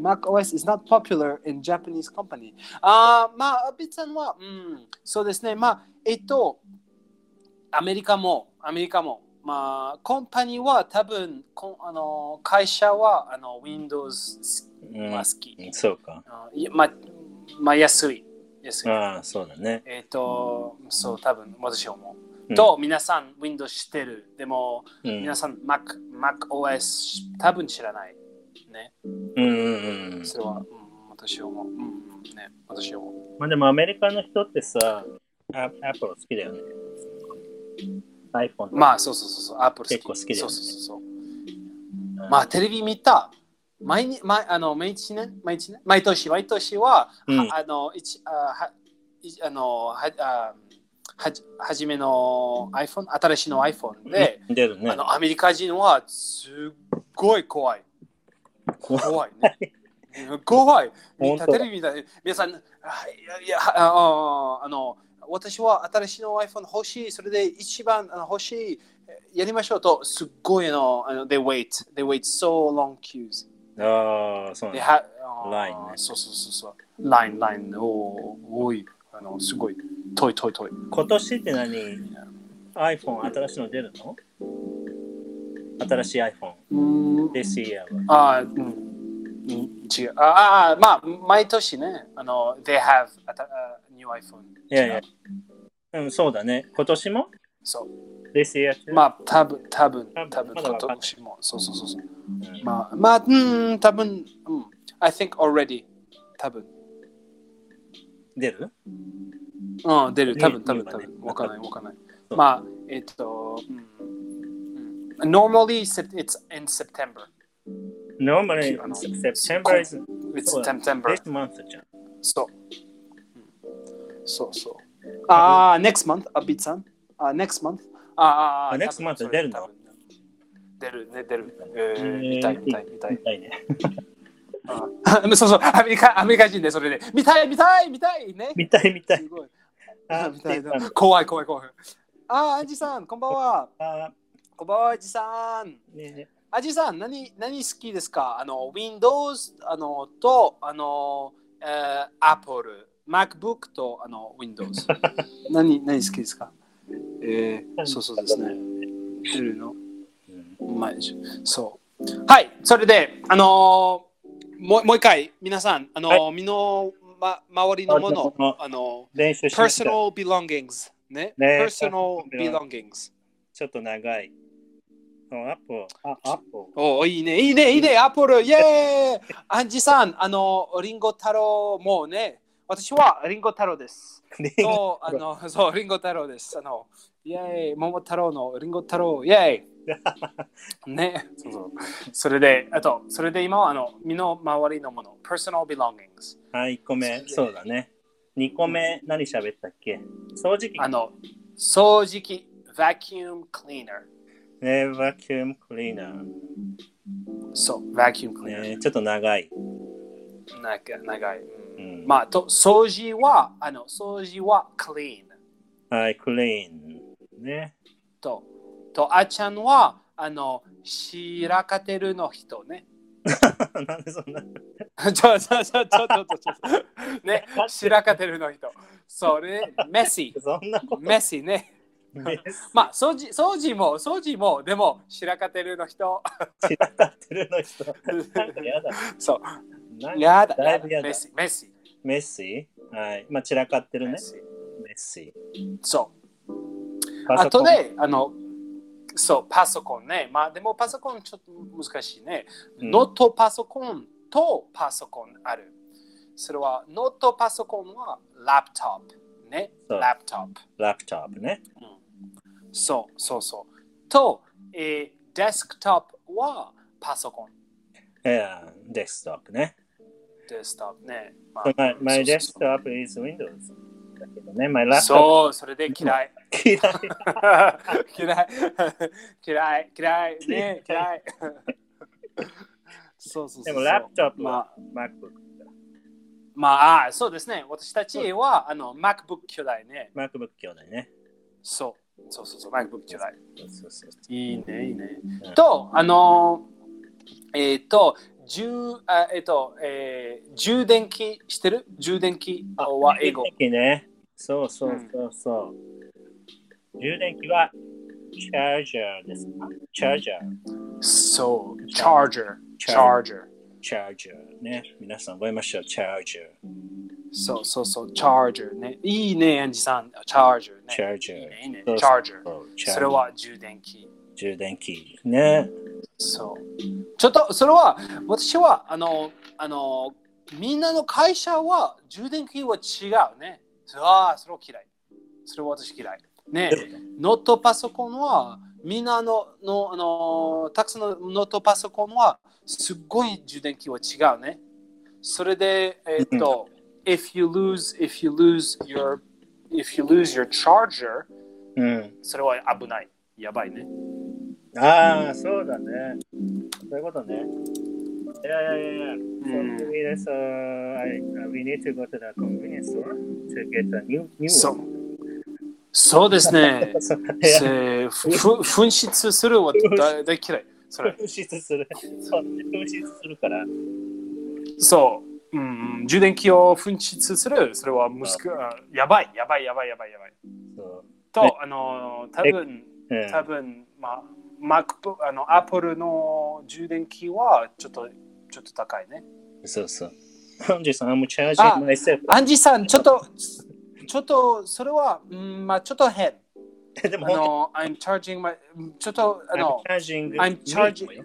S2: MacOS is not popular in Japanese company. ああ、まあ、ビッツさんは、うん、そうですね。まあ、えっと、アメリカも、アメリカも、まあ、コンパニーは多分、こあの会社はあの Windows
S1: うん
S2: は好き。
S1: そうか。
S2: あいやまあ、まあ、安い。安い。
S1: ああ、そうだね。
S2: えっ、と、そう、多分私は思う。
S1: うん
S2: と、皆さん、Windows 知ってる。でも、
S1: うん。
S2: 皆さん、Mac、MacOS、多分知らない。ね。
S1: うんうんうん。
S2: それは、うん、私は思う。うん、うんね、私は思う。
S1: まあでもアメリカの人ってさ、アップル好きだよね。iPhone とか
S2: まあ、そうそうそうそう、Apple 好き
S1: 結構好きだよね
S2: そうそうそうそう。まあ、テレビ見た。毎日、毎あの毎日ね、毎日ね、毎年、毎年は、
S1: うん
S2: はあの、いちあはいあのはあはじ初めの iPhone、新しいの iPhone で、
S1: 出るね
S2: あ。のアメリカ人はすっごい怖い。
S1: 怖い
S2: 怖いね。怖い。見
S1: 本
S2: た
S1: 当
S2: テレビ見た皆さん、あいやいやああの私は新しいの iPhone 欲しい、それで一番あの欲しい、やりましょうと、すっごいあの、あの they wait, they wait so long queues.
S1: ああ、そうなん
S2: で
S1: だ。
S2: はあ
S1: Line ね
S2: そうそうそうそう。line line おー多いあのすごい遠い遠い遠い。
S1: 今年って何 ?iPhone 新しいの出るの新しい iPhone。
S2: うん
S1: で、シーアは。
S2: ああ、うんうん、違う。ああ、まあ、毎年ね、あの、they have a, a new iPhone.
S1: いやいや。うん、そうだね。今年も
S2: そう。
S1: で、シーア中。
S2: まあ、多分多分
S1: 多分
S2: 多分
S1: まだわ
S2: 今
S1: かんない
S2: 年も。そうそうそうそう。
S1: うん
S2: まあ、まあ、うん、多分うん。I think already. 多分
S1: 出る
S2: うん、出る。多分
S1: ね
S2: 多分
S1: 今
S2: 多
S1: ね
S2: 分わかんない、わかんない。
S1: そう
S2: まあ、えっと、うん。うん Normally, sep- it's in September.
S1: Normally,
S2: あの
S1: September is
S2: It's
S1: そうだ
S2: September.
S1: this month じゃん。
S2: そう。そうそう。ああ、next month、あ、ビッツさん。あ、next month。あ
S1: あ next month 出るの
S2: 出る、ね、出る。えー、見たい、見たい、見たい。
S1: たいね。
S2: あー そうそう、アメリカ、アメリカ人でそれで。見たい、見たい、見たいね。
S1: 見たい見たい。
S2: すごい。
S1: あ、
S2: 見
S1: 見
S2: た
S1: た
S2: い
S1: い
S2: な。怖い、怖い、怖い。あー、アジさん、こんばんは。
S1: あ、
S2: こんばんは、アジさん。
S1: ね
S2: アジさん、何、何好きですかあの、Windows あのと、あの、えー、Apple、MacBook と、あの、Windows。何、 何好きですかえー、そうそうですね。出るの
S1: うん
S2: うまいでしょ。そう。はい、それで、あのーもう、もう一回、皆さん、あのー身の、ま、周りのもの、あの
S1: 練習
S2: ー、
S1: しました。
S2: personal belongings。ね。
S1: ね
S2: personal belongings。
S1: ちょっと長い。うんアップル。あ、アップ
S2: おおいいね、いいね、いいね、アップル、イェーイアンジさん、あの、リンゴ太郎もうね、私はリンゴ太郎 です。
S1: ル。リンゴ
S2: そう、あの、そう、リンゴ太郎です。あの、イェーイ、桃太郎のリンゴ太郎、イェー イね、そ うそう。それで、あと、それで今は、あの、身の回りのもの、personal belongings。
S1: はい、1個目。そうだね。2個目、何喋ったっけ掃除機。
S2: あの、掃除機、vacuum cleaner。
S1: ね、バキュームクリーナー。
S2: そう、vacuum cleaner。
S1: ね、ちょっと長い。
S2: なんか長い。
S1: うん
S2: まあ、と、掃除は、あの、掃除は clean。
S1: はい、クリーン。ね。
S2: と、と、あちゃんは、あの、しらかてるの人ね。
S1: なんでそんな。
S2: ちょ、ちょ、ちょ、ちょ、ちょ、ちょ、ね、 しらかてるの人。それ、メッシ
S1: そんなこ
S2: ー、メッシーね。
S1: とね。
S2: まあ、掃除、掃除も、掃除も、でも、しらかてるの人。
S1: 散らかってるの 人。なんかやだ。
S2: そう、
S1: なんか
S2: やだ、
S1: だ
S2: や
S1: い
S2: だ
S1: ぶ
S2: メ
S1: やだ
S2: ッ。シー、メッシ
S1: メッシはい。まあ、散らかって
S2: ー、
S1: る
S2: メ
S1: ね
S2: ッ。シー。
S1: メッシ
S2: そう。
S1: パ
S2: あ
S1: ソコ
S2: と
S1: ン
S2: で、あの、そう、パソコンね。まあ、でもパソコンちょっと難しいね。
S1: うん
S2: ノートパソコンとパソコンある。それは、ノートパソコンはラップトップ。ね。
S1: そう
S2: ラップトップ。
S1: ラップトップね。
S2: そう、そうそう。と、えーデスクトップはパソコン。
S1: えー、デスクトップね。
S2: デスクトップね。ま
S1: So my, my
S2: そうそうそう
S1: desktop is Windows. だけどね、まあ、ラスト
S2: そう、それで嫌い。
S1: 嫌い。
S2: 嫌い。 嫌い。嫌い。 ね、嫌い。 そうそうそう。
S1: でもラップトップ
S2: ま
S1: は
S2: あ、
S1: Mac。
S2: まあ、ああそうですね。私たちは、あの、MacBook 巨大ね。
S1: MacBook 兄弟ね。
S2: そう。そうそうそう、MacBook 巨大。
S1: そうそうそう。
S2: いいね、いいね
S1: うん。
S2: と、あの、えっ、と、充あえっ、と、えー、充電器してる充電器は英語。
S1: 充電器ね。そうそうそうそう。充電器はチャージャーですか。チャージャー。
S2: そう、チャージャー。チャー
S1: Charger
S2: ジャー。
S1: チャージャー。ね。皆さん覚えましょう。チャージャー。
S2: そうそうそう、チャージャーね。いいね、アンジさん、チャージャーね。
S1: チャージャー
S2: いいね、いいね、チ
S1: そうそう
S2: ャージャー。
S1: そうチャージャー
S2: それは充電器。
S1: 充電器。ね。
S2: そう。ちょっと、それは、私は、あの、あの、みんなの会社は充電器は違うね。ああ、それは嫌い。それは私嫌い。ね。ノートパソコンは、みんなの、の、あの、たくさんのノートパソコンは、すっごい充電器は違うね。それで、えっと、if you lose, if you lose your, if you lose your charger,
S1: うん。
S2: それは危ない。やばいね。
S1: ああ、そうだね。そういうことね。いやいやいや。
S2: う
S1: For
S2: ん
S1: me, that's, uh, I, uh, we need to go to the convenience store to get a new, new
S2: そう
S1: one.
S2: そうですね。
S1: そう。いや
S2: せふ紛失するは大大嫌い。それ。
S1: 紛失する。そう、紛失するから。
S2: そう。うん、充電器を紛失する。それはむすくあやばい、やばい、やばい、やばい、やばい。
S1: そう。
S2: と、あの、多分
S1: うん
S2: 多分まあ、マックあの、アップルの充電器はちょっと、ちょっと高いね。
S1: そうそう。本日は I'm charging
S2: あ
S1: myself.
S2: アンジさん、ちょっと、ちょっと、それは、うん、まあ、ちょっと変。
S1: でも
S2: あの、I'm charging my、ちょっと、あの、
S1: I'm charging.
S2: I'm charging-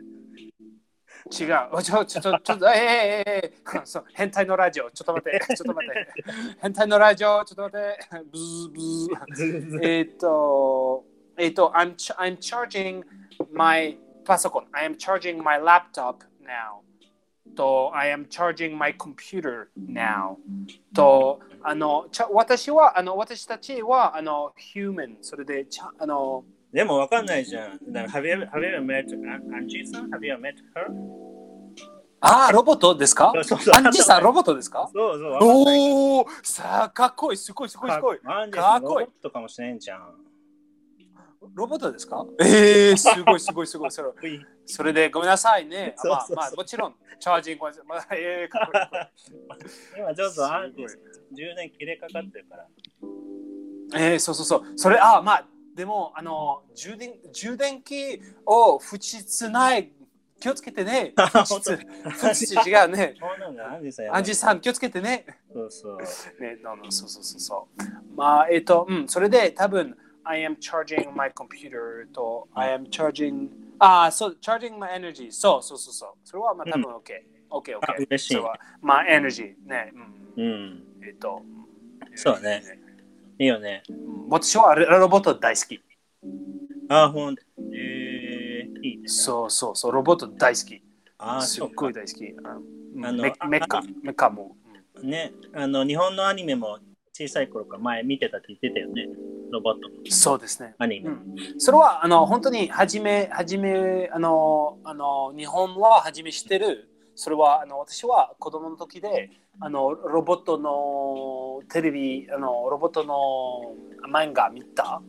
S2: 違う。ちょ、ちょ、ちょ、ちょ、ええええええそう、変態のラジオ、ちょっと待って、ちょっと待って。変態のラジオ、ちょっと待って。ブズブ ズ。えーっと、えーっと、I'm, ch- I'm charging my パソコン。I am charging my laptop now. と、I am charging my computer now. と、あの、ちゃ私は、あの、私たちは、あの、human。それで、ちゃあの、
S1: でもわかんないじゃん。だから have you ever, have you ever met Angie さん Have you ever met her?
S2: ああ、ロボットですか
S1: そうそう
S2: アンジさん、ロボットですか
S1: そうそう。わかんない
S2: おおさあかっこいいすごいすごいすごい
S1: アンジェ
S2: か
S1: さ
S2: っ
S1: んロボ
S2: こいい
S1: ットかもしれんじゃん。
S2: ロボットですかええー、すごいすごいすごいそれ
S1: うい
S2: それでごめんなさいね
S1: そうそうそう
S2: まあまあもちろんチャージングは、まあ、ええかっこいいかっこ
S1: 今ちょっとアンジェ
S2: す
S1: さん充電切れかかってるから。
S2: いいええそうそうそうそれあまあでもあの充電充電器を不実ない気をつけ てね不 実不実違うね
S1: そうなんだ、アンジェさんやばい。
S2: アンジさん気をつけてね
S1: そうそう。
S2: ね、no, no, そうそうそうそう。まあ、えっ、と、うん、それで多分、I am charging my computer と、I am charging、ああ、そう、charging my energy。そうそうそう。そうそれはまあ多分 OK。OK、
S1: あ
S2: OK。
S1: 嬉しい
S2: それは、まあ、energy。ね、う。
S1: うんん。
S2: えっ、と、
S1: そうねいいよね。
S2: うん。私はロロボット大好き。
S1: あ、ほん。えー、いいね。
S2: そうそうそう、ロボット大好き。
S1: あー、
S2: すっ
S1: そう
S2: ご
S1: か
S2: い。大好き。うん
S1: あの
S2: メ
S1: あ
S2: メカ、メカも。うん
S1: ね、あの、日本のアニメも小さい頃から前見てたって言ってたよね。ロボットの
S2: そうですね。
S1: アニメ。
S2: うんそれはあの本当に初め初めあのあの日本は初めしてるそれはあの私は子供の時であのロボットのテレビあのロボットの漫画見た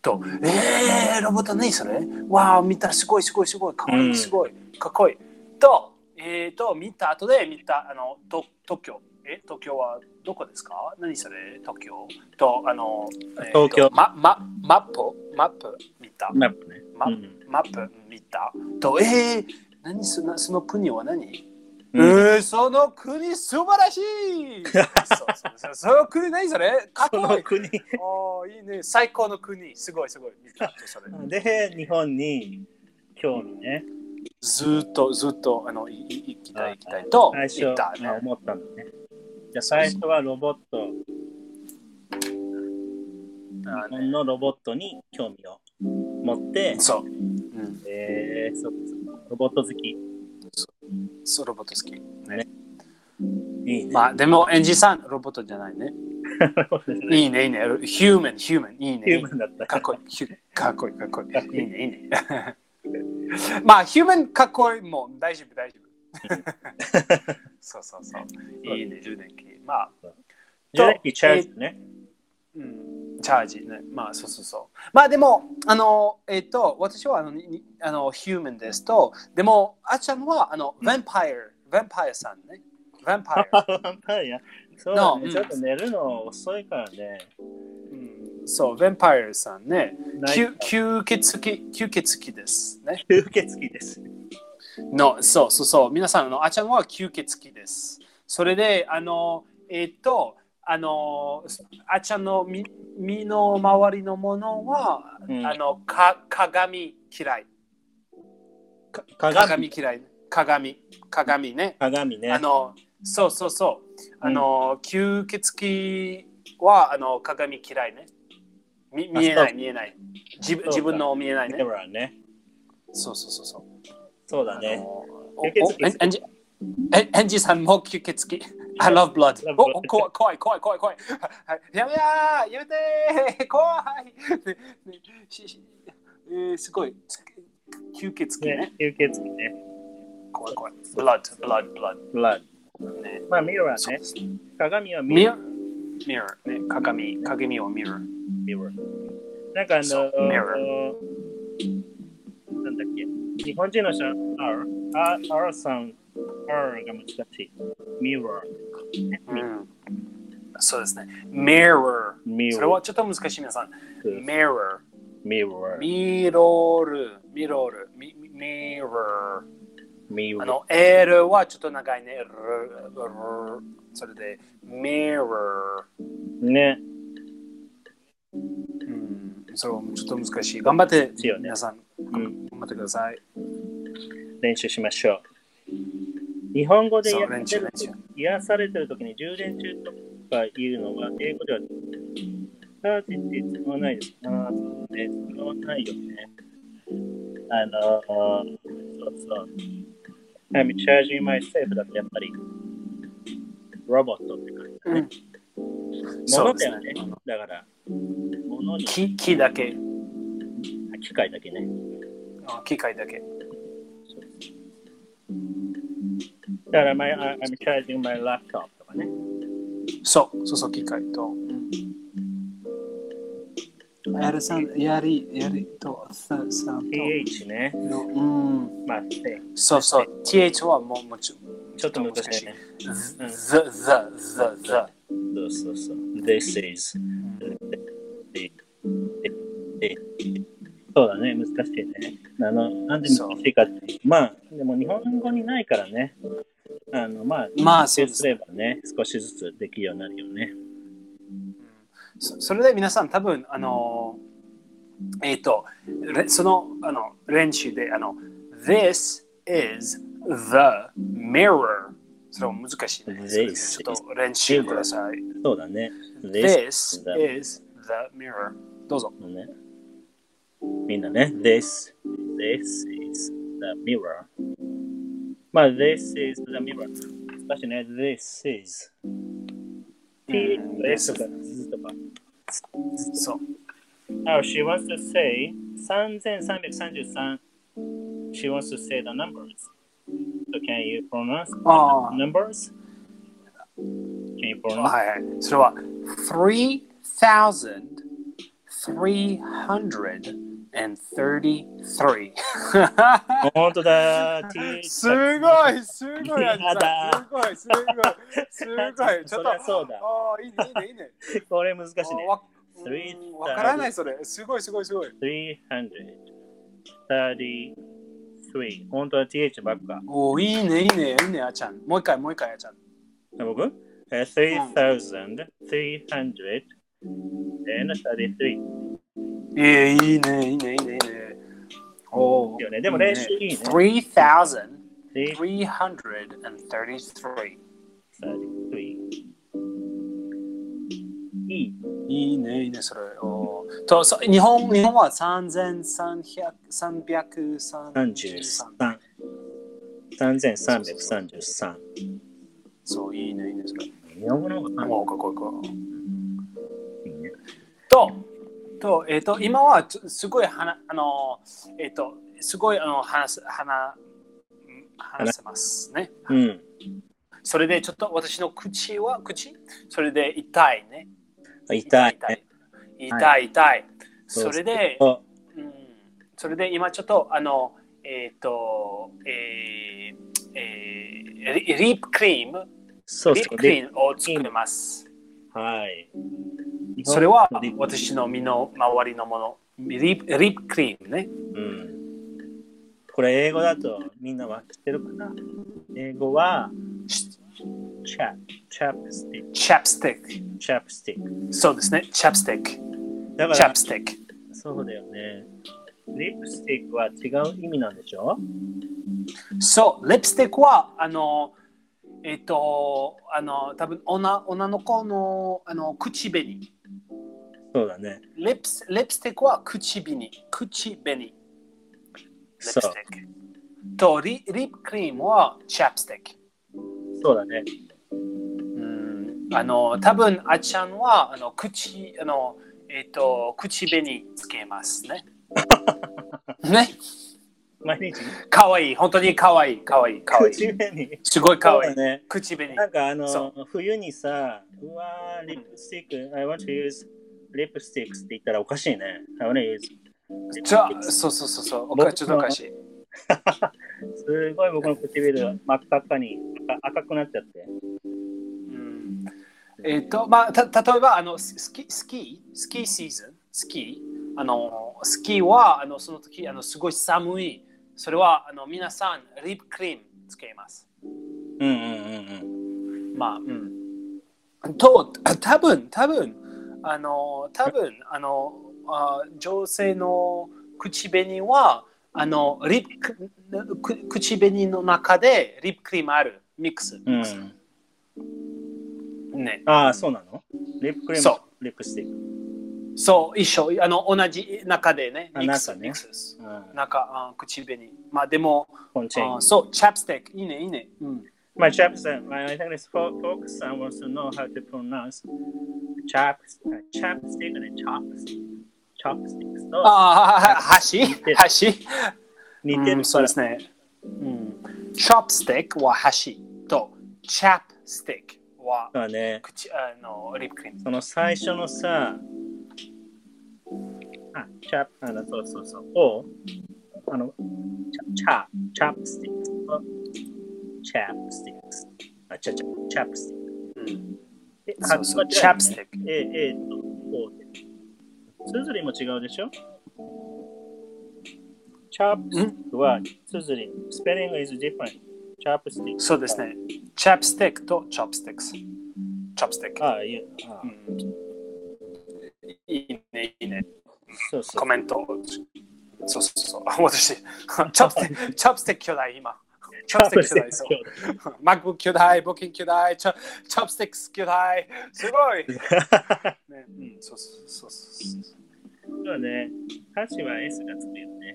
S2: と「えー、ロボット何それわあ見たすごいすごいすごいかっこい
S1: うん
S2: いすごいかっこいい」と,、えー、と見た後で見たあのと東京え東京はどこですか何それ東京とあの、えーと
S1: 東京
S2: ま、ま、マップマップ見た
S1: マップね。
S2: マ,、
S1: うん
S2: マップ見たとえー、何そのその国は何、
S1: うん
S2: えー、その国素晴らしい そうそうそうその国何それかっ
S1: こ
S2: こい
S1: の
S2: い
S1: 国
S2: おーいいね最高の国すごいすごい見たとそれ
S1: で日本に興味ね。
S2: ずーっとずーっとあのいい行きた
S1: あ
S2: い行きたいと
S1: 最初
S2: 行った、
S1: ね思ったんだね。じゃあ最初はロボット、
S2: あ
S1: 日
S2: の
S1: 本のロボットに興味を持って、
S2: そう、うん、
S1: えー、そっかロボット好き。い
S2: そうロボット好き
S1: いね。
S2: まあでもエンジさんロボットじゃないね
S1: そうですね。
S2: いいね、いいね。ヒューマン、ヒューマン、いいね。
S1: ヒューマンだった。
S2: かっこいい。ヒュかっこいい、かっこいい。いいね、いいね。 まあ、ヒューマンかっこいいもん大丈夫、大 丈夫。そうそうそう。いいね、充電器。まあ、
S1: 充電器チャージね。
S2: うん、チャージね。まあ、そうそうそう。まあ、でも、あの、えっ、と、私はあのににあの、ヒューマンですと、でも、あっちゃんは、あの、ヴァンパイア、ヴァンパイアさんね。ヴァンパイ ア。
S1: はいや。そうだ
S2: うん
S1: ね。ちょっと寝るの遅いからね。
S2: うんそう、ヴァンパイアさんね。
S1: ない
S2: 吸吸血鬼、吸血鬼ですね。
S1: 吸血鬼です。
S2: の、そうそうそう。皆さん、あのあちゃんは吸血鬼です。それで、あの、えっ、と、あの、あちゃんの身身の周りのものは、
S1: うん
S2: あの、か鏡嫌い。
S1: か
S2: 鏡
S1: 鏡。
S2: 嫌い。鏡。鏡ね。
S1: 鏡ね
S2: あ。の、そうそうそう。あの、吸血鬼は、あの、鏡嫌いね。み見えな
S1: あそ
S2: い、見えない。
S1: そ
S2: 自
S1: う
S2: 分
S1: だ
S2: 自分の見えない
S1: で
S2: ね。
S1: はね。
S2: そうそうそうそう。
S1: そうだ
S2: あの
S1: ね。
S2: お
S1: 吸血鬼
S2: おエンエンジエンエンジさんも吸血 鬼。I love blood.
S1: love blood.
S2: おお怖い怖い怖い怖い怖い。はいやめやーやめてー 怖い、ねねししえー、すごい。つ吸血鬼ね
S1: ね。吸血鬼ね。
S2: 怖い怖い。blood, blood, blood.
S1: blood。
S2: ね。
S1: まあ、ミラー
S2: そう
S1: ね。鏡は
S2: ミ
S1: ミ
S2: ラ
S1: ラ
S2: ー。ミラー。ね。鏡。鏡をミラー。
S1: ー。なんかあ
S2: そう
S1: の、
S2: mirror
S1: なんだっけ。日本人の人は R、R、R さん、R が難しい。ミラー。
S2: うん。そうですね。mirror。
S1: ミ
S2: そ
S1: ラ
S2: れ
S1: ー。
S2: はちょっと難しい皆さん。
S1: ミ
S2: mirror。
S1: ラー。
S2: ミロール、ミロール、ミミロ
S1: ミ
S2: ー。
S1: ラー。
S2: あの、L はちょっと長いね。ルルルそれで、ミロ
S1: ね。
S2: ー。うん、それはちょっと難しい。頑張って、
S1: すよね
S2: 皆さん、
S1: ん
S2: 頑張ってください。
S1: 練習しましょう。日本語で
S2: そ
S1: や
S2: う、練
S1: って
S2: 習、練
S1: る
S2: 習。
S1: 癒されてる時に充電中とかいうのは英語ではサージって使わないですかあーそうね、使わないよね。あのー、そうそう。I'm charging myself だとやっぱりロボットって感じだね。も
S2: そ
S1: の
S2: うで
S1: だ
S2: す
S1: よね
S2: ね。。
S1: だから、ものに
S2: 木木だけ、
S1: 機械だけね。
S2: あ機械だけ。
S1: だから、my, I- I'm charging my laptop とかね。
S2: そう、そうそう、機械と。やるさん、やり、やりと、ささん
S1: TH ね。
S2: の、うん。
S1: まあ、せ
S2: そうそう。TH はもうもち
S1: ちょっと難しいね。
S2: ろん。the, the, the, the.
S1: そうそうそう。This is. そうだね、難しいね。あの、なんで難しいかっていう。まあ、でも日本語にないからね。あの、まあ、
S2: まあ、そう
S1: そう
S2: ですす
S1: ればね、少しずつできるようになるよね。
S2: そそれで皆さん、多分あのー、えっ、と、れそのあの練習で、あの、This is the mirror。それは難しいね。
S1: This
S2: ちょっと練習ください。
S1: そうだね。
S2: This
S1: is
S2: is the mirror。どうぞ。
S1: the- ねみんなね、This, this is the mirror. まあ、This is the mirror. 難しいね、This is.
S2: う
S1: T
S2: ん
S1: とか S とか Z とか。
S2: そう。
S1: Oh, she wants to say 3333. She wants to say the numbers. So can you pronounce
S2: ああ。
S1: numbers? Can you
S2: は
S1: pronounce?
S2: いはい。それは3,333。
S1: 本当だ T
S2: すごいすごいやつ
S1: やだ
S2: すごいすごいすごいちょ
S1: そ
S2: っ
S1: り
S2: と
S1: ゃそうだ
S2: ああいいねいいねいいね
S1: これ難しい
S2: あ
S1: ね。
S2: わ
S1: 3
S2: わからないそれすごいすごいすごい
S1: 333。本当は TH ばっか。
S2: おおいいねいいねいいねあちゃんもう一回もう一回あちゃん
S1: あ僕えー ?3333。and 33
S2: えーいいねいいねいいねいいねおお
S1: いいよねでも練習いいね
S2: 3,333
S1: 33。いい。
S2: いいね、いいね、それ。おーとそ日本日本は3333。
S1: 33 3333
S2: そう、いいね、いいね、それ。
S1: 日本語の方が
S2: おーかっこいいかっこいいと、えっ、と、今はちょすごいはな、あの、えっ、と、すごい、あの、話す、話、ん話せますね。
S1: うん。
S2: それで、ちょっと私の口は、口それで、痛いね。
S1: 痛い
S2: 痛
S1: ね。
S2: い。痛い、痛い。
S1: そう
S2: それで、
S1: そう
S2: うん、それで今ちょっとあのえっ、とえーえーリリップクリーム
S1: そう
S2: リッ
S1: そ
S2: プ
S1: う。
S2: クリ
S1: で、
S2: ームを作ります
S1: はい。
S2: それは
S1: リップ
S2: 私の身の周りのものリップリップクリームね
S1: うん。これ英語だとみんな分かってるかな英語はチャチャップスティッ
S2: チャップスティッ
S1: ク、チャップスティック。
S2: クそうですねチャップスティック
S1: だか
S2: チャッ
S1: ら
S2: プ、スティック
S1: そうだよね。リップスティックは違う意味なんでしょ
S2: そうリップスティックはあのえっ、とあの多分女女の子のあの口紅
S1: そうだね。
S2: リップスリップスティックは口紅口紅リッ
S1: そ
S2: プ
S1: う
S2: ス。ティック。とリ、リップクリームはチャップスティック。
S1: そうだね。
S2: うん、あの、多分あちゃんは、あの、口、あの、えっ、と、口紅つけますね。 ね、
S1: 毎日
S2: かわいい、本当にかわいい、かわいい、かわいい。
S1: 口紅。
S2: すごいかわい
S1: そ。
S2: いう
S1: だね。
S2: 口紅。
S1: なんかあの
S2: そ
S1: 冬にさ、うわー、リップスティック、I want to use lipsticks って言ったらおかしいね。I want to use
S2: じゃあ、そうそうそうそう、おかちょっとおかしい。
S1: すごい僕の唇真っ赤っかに赤赤くなっちゃって。
S2: うんえっ、と、まあ、た例えばあのススキー、スキー、スキーシーズン、スキー、あのスキーはあのその時あのすごい寒い。それはあの皆さん、リップクリームつけます。
S1: うんうんうん
S2: まあ、うん。と、多分多分あの、多分あのあ、女性の口紅は、あの、リップク、く口紅の中でリップクリームある、ミックス。
S1: うん。うん、
S2: ね。
S1: ああ、そうなのリップクリーム
S2: そ
S1: とリップスティック。
S2: そう、一緒、あの同じ中でね、
S1: あ
S2: ミックス、
S1: 中ね
S2: ミックスです。
S1: うん、
S2: 中、あ口紅。まあでも、
S1: コンチェ
S2: あ
S1: ンジ。
S2: そう、チャップステック、いいね、いいね。うん、
S1: まあ、チャプさん、I think this fo- folks and wants to know how to pronounce chap, chapstick and chopstick. chopsticks と
S2: ああ、箸
S1: てる
S2: 箸
S1: 似て
S2: う
S1: る
S2: んそう
S1: から
S2: で。すね。うん、チャップステックは箸と、チャップステックは
S1: そうだね。
S2: 口、あの、リップクリーム。
S1: その最初のさ、あ、チャップ、あの、そうそうそう、を、あの、チャ、チャ、チャップスティックスと、チャップスティックス。あ、チャ、チャ、チャップスティック
S2: うん、
S1: ス。え
S2: そうそう、
S1: 発
S2: チャッ
S1: 音違
S2: プス
S1: うよね
S2: テック。
S1: え、えーと、こうで。つづりも違うでしょチャップスティックはつづり。スペリング is different. チャップスティック。
S2: そうです。ね。チャップステックとチョップステックス。チョップステック。
S1: あ、いや、あ
S2: う、ん、いいね、いいね。
S1: そうそう
S2: コ。メントを。そうそうそう。私、チョップステック、チョップステック巨大、今。チョップステック巨大、そう。MacBook 巨大、募金巨大、チョチョップステックス巨大。すごい、ねうん、そうそうそうそう。
S1: そうね。歌詞は S がつくよね。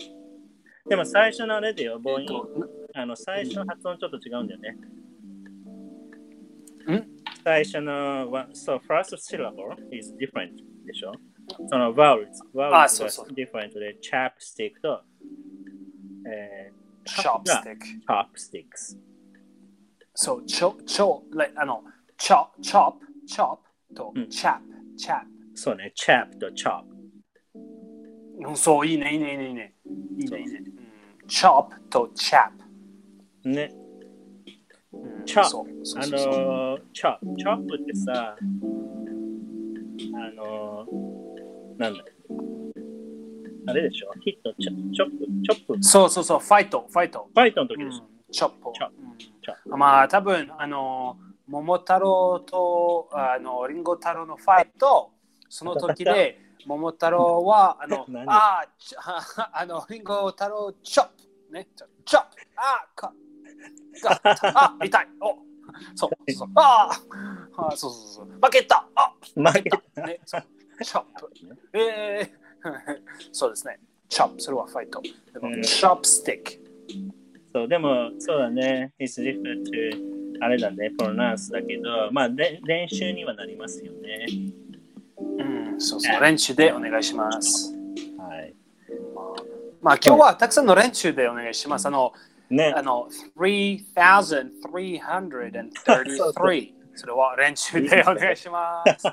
S1: でも最初のあれだよ、母
S2: えっと
S1: 音。あの最初の発音ちょっと違うんだよね。
S2: ん
S1: 最初の、わ so first syllable is different でしょその vowels。vowels が
S2: あそうそう
S1: different で、chapstick と、え
S2: チョップステック。
S1: ー、chopsticks。
S2: そう、チョ、チョ、like あの、チョ、チョップ、チョップと
S1: うん、
S2: チャップ、チャップ。
S1: そうね、chap と chop。
S2: うん、そう、いいね、いいね、いいね。いい
S1: そう
S2: ね、いいね。うんチョップとチャップ。
S1: ね、
S2: うん
S1: チョップ
S2: そうそ
S1: あ
S2: うそうそう
S1: のー、chop。chop ってさ、あのー、なんだあれでしょヒット、チョチョップ、チョップ。
S2: そうそうそう、ファイト、ファイト。
S1: ファイトの時でしょ、
S2: チョップ
S1: チョップ
S2: うん
S1: チョッ、
S2: まあ、多分あの、桃太郎とあのリンゴ太郎のファイト、その時で、桃太郎は、あの
S1: 何
S2: あーちょ あの、リンゴ太郎、チョップ、ね、チョチョップ、あーか、かあ、痛い、おそう、そうそう、あーあー、そうそうそう、負けた、あ
S1: 負けた。
S2: ね、そうチョップ、えー、 そうですね、チョップ、それはファイト。でも
S1: うん
S2: チョップスティック。
S1: そう、でも、そうだね。It's different to あれだね、プロナンスだけど、まあ、れ練習にはなりますよね。
S2: うん、そうそう、練習でお願いします。
S1: はい。
S2: まあ、今日はたくさんの練習でお願いします。あの、
S1: ね
S2: あ。の、3333。それは練習でお願いします。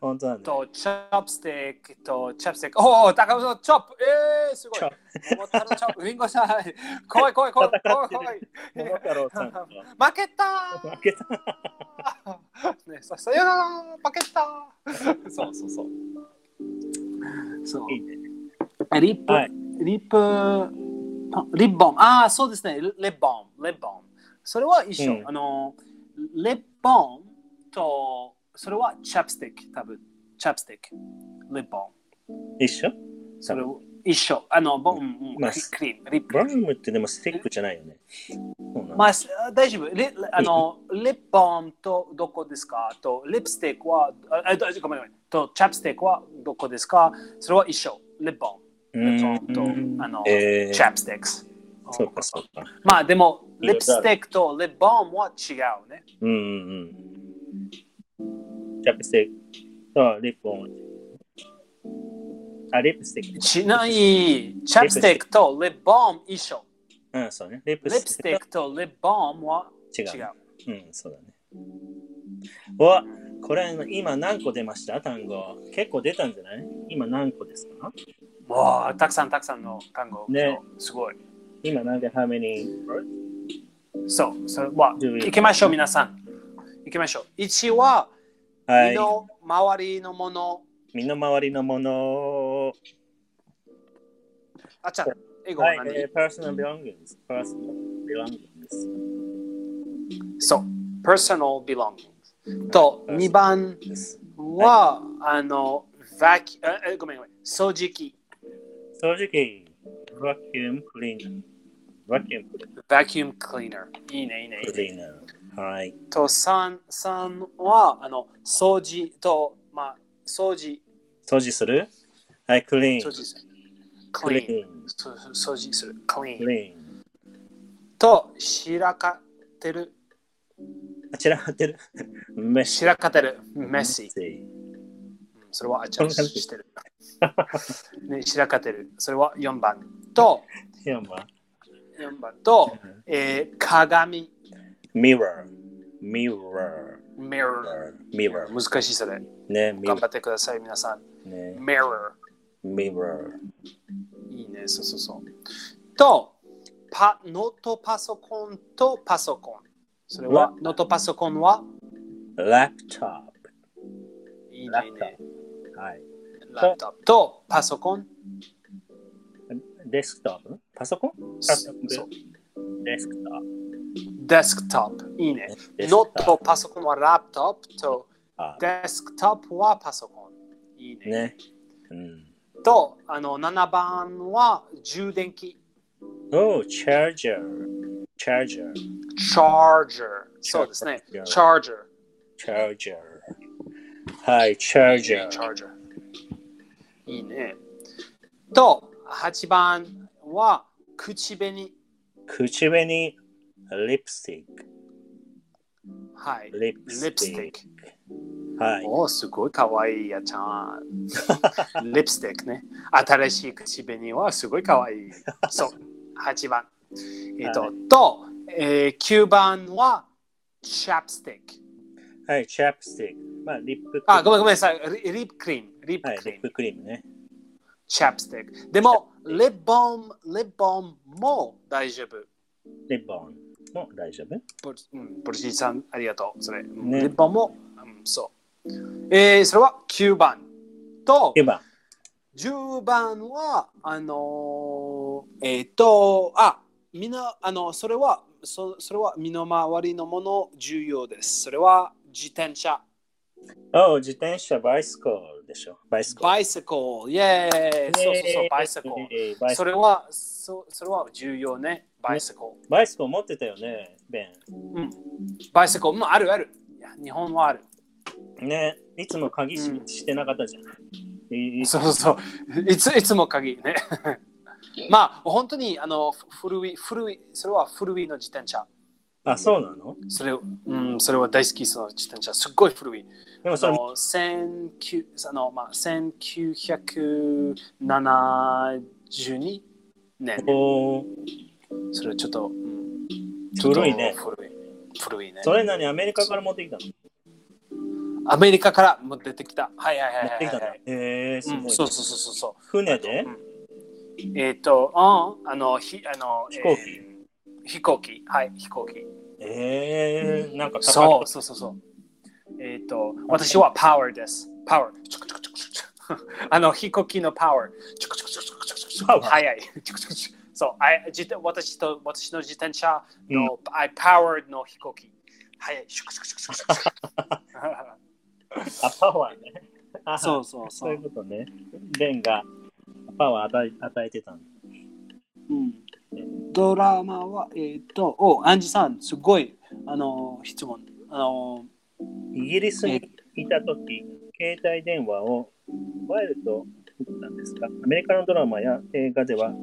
S1: 本当なんだ。
S2: と、チョップスティックと、チョップスティック。おお、高尾さん、チョップえー、すごい
S1: チョッ。
S2: 桃太郎チョップ、リンゴさん、怖い怖い怖い怖い
S1: 戦っ
S2: 怖い。
S1: 桃太郎さんと
S2: 負けたー
S1: 負けた。
S2: ね、ささよなら負けたそうそうそう。そう
S1: いいね。
S2: リップ、
S1: はい
S2: リップ、パリッボン。ああ、そうですね。リリッボン、リッボン。それは一緒。
S1: うん
S2: あの、リッボンと、それはチャップスティック、多分。チャップスティック、リッボン。
S1: 一緒
S2: それを一緒。あの、ボン、うん、
S1: まあ
S2: クリーム、リップ
S1: ブ。ラウムってでもスティックじゃないよ ね。そうなんだ
S2: まあ、す大丈夫。リあのリップボンとどこですかと、リップスティックは、ああ、ごめんごめん。と、チャップスティックはどこですかそれは一緒。リップボ
S1: う
S2: ン、リ
S1: ー
S2: ップボンと、あの、
S1: えー
S2: チャップスティックス。
S1: そうか、そうか。
S2: まあ、でも、
S1: い
S2: リ
S1: や
S2: ップスティックとリップボンは違うね。
S1: うんうんうん。チャップスティック。あ、リップオン。あ、リップスティック。
S2: ちなみに、チャップスティックとリップボン一緒。
S1: うん、そうね。リップ
S2: リップ
S1: ス
S2: ス
S1: ティ
S2: ティ
S1: ッ
S2: ックとリップボンは違
S1: 違
S2: う。
S1: うク。うん、そうだね。わ、これ今何個出ました単語。結構出たんじゃない今何個ですか
S2: わあ、たくさんたくさんの単語。
S1: ね
S2: そうすごい。
S1: 今なんで how many words?
S2: そう、それは、
S1: Do it.
S2: 行きましょう、皆さん。行きましょう。一は、
S1: は
S2: 身
S1: い。
S2: の周りのもの。
S1: 身の回りのもの。
S2: あちゃ、英語
S1: は
S2: はい何、、
S1: えー personal belongings。personal belongings
S2: そう。personal belongings。と、
S1: はい
S2: 二番
S1: です。
S2: は、あの、vac ええごめんごめん。掃除機。
S1: 掃除機。vacuum cleaner。vacuum
S2: vacuum cleaner。いいね、いいね。いいね
S1: cleaner。はい。
S2: と、三、三は、あの、掃除と、まあ、掃除、
S1: 掃除するはい、クリーン。
S2: 掃除する。
S1: クリー
S2: clean。
S1: ン。
S2: そう掃除する。
S1: ク
S2: clean。
S1: リーン。
S2: と、らかってる。
S1: あちら張ってる。 メッシ
S2: 散らかってる。メ ッシ
S1: ュ。メ
S2: それはあちゃんしてる。ね、白かてる。それは4番と、
S1: ッシュ。は
S2: 4番と、えー、鏡、
S1: mirror。mirror。
S2: mirror。
S1: mirror。
S2: 難しいそれ。
S1: ね、
S2: 頑
S1: mirror
S2: 張。ってください、皆さん。
S1: ね、
S2: mirror。
S1: mirror。
S2: いいね、そうそうそう。と、パノートパソコンとパソコン。それは、ノートパソコンは、
S1: laptop。
S2: いいね、いいね。
S1: はい。
S2: ラットと、パソコン。
S1: デスクトップパソコン
S2: そう
S1: デスクトップ。
S2: デスクトップ。いいね。
S1: デスク
S2: ノー
S1: トップ
S2: トパソコンはラップトップと、
S1: あ
S2: デスクトップはパソコン。いいね。
S1: ね。うん。
S2: と、あの7番は充電器、
S1: お、チャージャー。チャージャー。
S2: チャージャー。そうですね。チ
S1: Charger
S2: ャージャー。
S1: チャージャー。はい、チャージャ
S2: チ
S1: ー。
S2: ャージャー。いいね。と、8番は口紅。
S1: 口紅、リプスティック。
S2: はい。
S1: リプ
S2: リ
S1: ス
S2: ップス
S1: テ
S2: ティッ
S1: ィッ
S2: ク。
S1: ク。はい。
S2: おお、すごいかわいいやちゃん。 リップスティックね。新しい口紅はすごいかわいい。そう、8番。えっと、
S1: はい
S2: と、えー、9番はチャップスティック。
S1: はい、チャップスティック。まあ、リップクリーム。
S2: あ、ごめんごめんなさい。リリップクリーム。リップ
S1: はい、
S2: ク
S1: リ
S2: リー
S1: ッ
S2: ム。
S1: プクリームね。
S2: チャップスティック。でも、リップボーム、リップボームも大丈夫。
S1: リップオンも大丈夫
S2: ポル,、うん、ポルシーさん、ありがとう。それ。うん
S1: ね
S2: リップボームも、うん、そう。えー、それは9番と
S1: ?9 番。
S2: 10番は、あのーえっ、と、あ、みんな、あの、それは、そそれは身の回りのもの重要です。それは自転車。
S1: お、自転車、バイスコールでしょ。バイスコー
S2: バイセコル。イェーイ。
S1: ル。
S2: そうそうそう、バイセコル。
S1: ル。バイス
S2: それはそそれは重要ね、バイセコ。
S1: バイスコール持ってたよね、ベ
S2: うん、バイセコ、うん、あるある。いや日本はある。
S1: ン。ね。いつも鍵し
S2: うん
S1: してなかったじゃん。いい
S2: そうそうそう。いついつも鍵ね。まあ、本当にあのふ古い、古い、それは古いの自転車。
S1: あ、そうなの
S2: それ,、うん、それは大好きその自転車。すっごい古い。
S1: でも
S2: そ
S1: それ
S2: の19あの、まあ、1972年。
S1: おー
S2: それはちょっと、うん
S1: 古いね
S2: ちょっと古い古いね。
S1: それ何アメリカから持ってきたの
S2: アメリカからも出てきた。はいはいはい
S1: 持っ
S2: はい
S1: てき
S2: は
S1: た
S2: い、
S1: んだ。へえ、す
S2: う
S1: ごい
S2: ん
S1: ね。
S2: そうそうそうそうそう。
S1: 船で
S2: えっ、と、うん、あの、ひあの
S1: 飛行機
S2: えー飛行機、はい、飛行機。
S1: ええ、なんか
S2: そう
S1: 高
S2: そうそうそう。えっ、と、私はパワーです。パワー。チュクチュクチュクチュクチュク あの、飛行機のパワー。チュクチュクチュクチュクチュクチュクチュク
S1: パワー
S2: 速い。 チュクチュクチュクそう、あい自転私と私の自転車の、I powered の飛行機。速い。 シュクシュクシュクシュクシュクシュク
S1: くあ、パワーね。あ
S2: そうそうそ
S1: そう
S2: う
S1: い。うことね。レンがパワー与え与えてたの。
S2: うんドラマは、えーっと、お、アンジさん、すごい、あの、質問。あの、
S1: イギリスにいたとき、携帯電話をワイルドなんですかアメリカのドラマや映画では、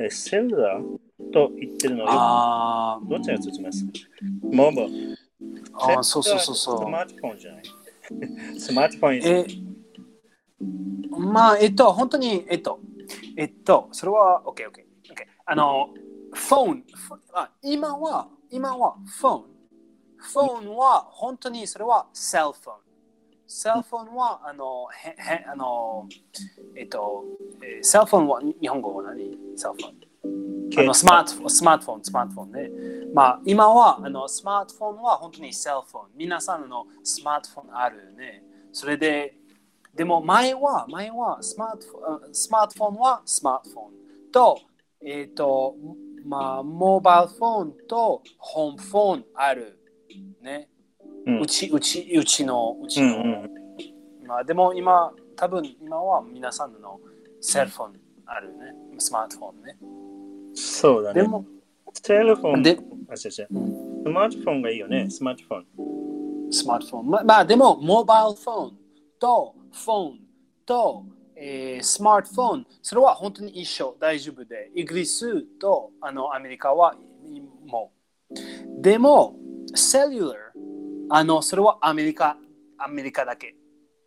S1: えセルラーと言ってるのよ。
S2: あー
S1: どっちが通じますモバ
S2: あー、そうそうそうそ
S1: ス
S2: う
S1: マ。ートフォンじゃない スマートフォンに
S2: え、まあ、えっと、本当に、えっと、えっと、それは、OK、OK、OK。あの、フォン、フォンあ今は、今は、フォン。フォンは、本当に、それは、セルフォン。セルフォンは、あの、へへあの、えっと、えーセルフォンは、に日本語は何セルフォン。あ
S1: 携
S2: の
S1: 帯
S2: スマートフォン、スマートフォン、スマートフォンね。まあ、今はあのスマートフォンは本当にセルフォン。皆さんのスマートフォンあるね。それで、でも前は、前はスマートフォンあ、スマートフォンはスマートフォンと、えっ、と、まあ、モバイルフォンとホームフォンある。ね。
S1: うん
S2: うち、うち、うちの、うち
S1: うん
S2: の。
S1: うん。
S2: まあ、でも今、多分今は皆さんのセルフォンあるね。スマートフォンね。
S1: そうだね
S2: で。も、
S1: セルフォン
S2: で、
S1: あ、違う違う
S2: うん
S1: スマートフォンがいいよね、スマートフォン。
S2: スマートフォン。ままあでも、モバイルフォンとフォンと、えースマートフォン、それは本当に一緒、大丈夫で。イギリスとあのアメリカはいもう。でも、セルュラー、あの、それはアメリカ、アメリカだけ。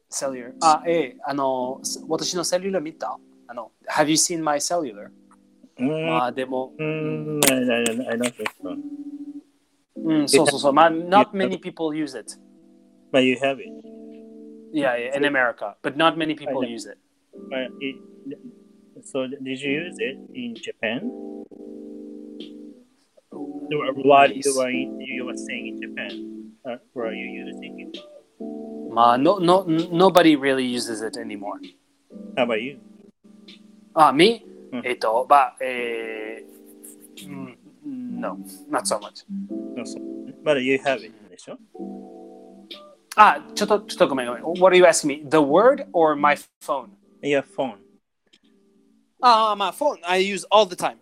S2: セルュラー。あ、えーあの、す私のセルュラー見たあの、Have you seen my cellular?
S1: うーん
S2: まあでも、
S1: うーん、I, I, I don't think so.
S2: うん、そうそうそう。まあ、not many people use it.
S1: But you have it.
S2: Yeah, yeah, in America, but not many people
S1: はい
S2: use it.
S1: But it so did you use it in Japan? What you were, in, you were saying in Japan? Uh, were you using it?
S2: まあ、no, no, nobody really uses it anymore.
S1: How about you?
S2: あ、me?
S1: うん
S2: えっと、まあ、えー、うん、no, mm, not so much.
S1: No, so, but you have it でしょ
S2: あ、ちょっと、ちょっとごめんごめん。What are you asking me? The word or my phone?
S1: Your phone.
S2: ああ、まあ、phone. Ah, I use all the time.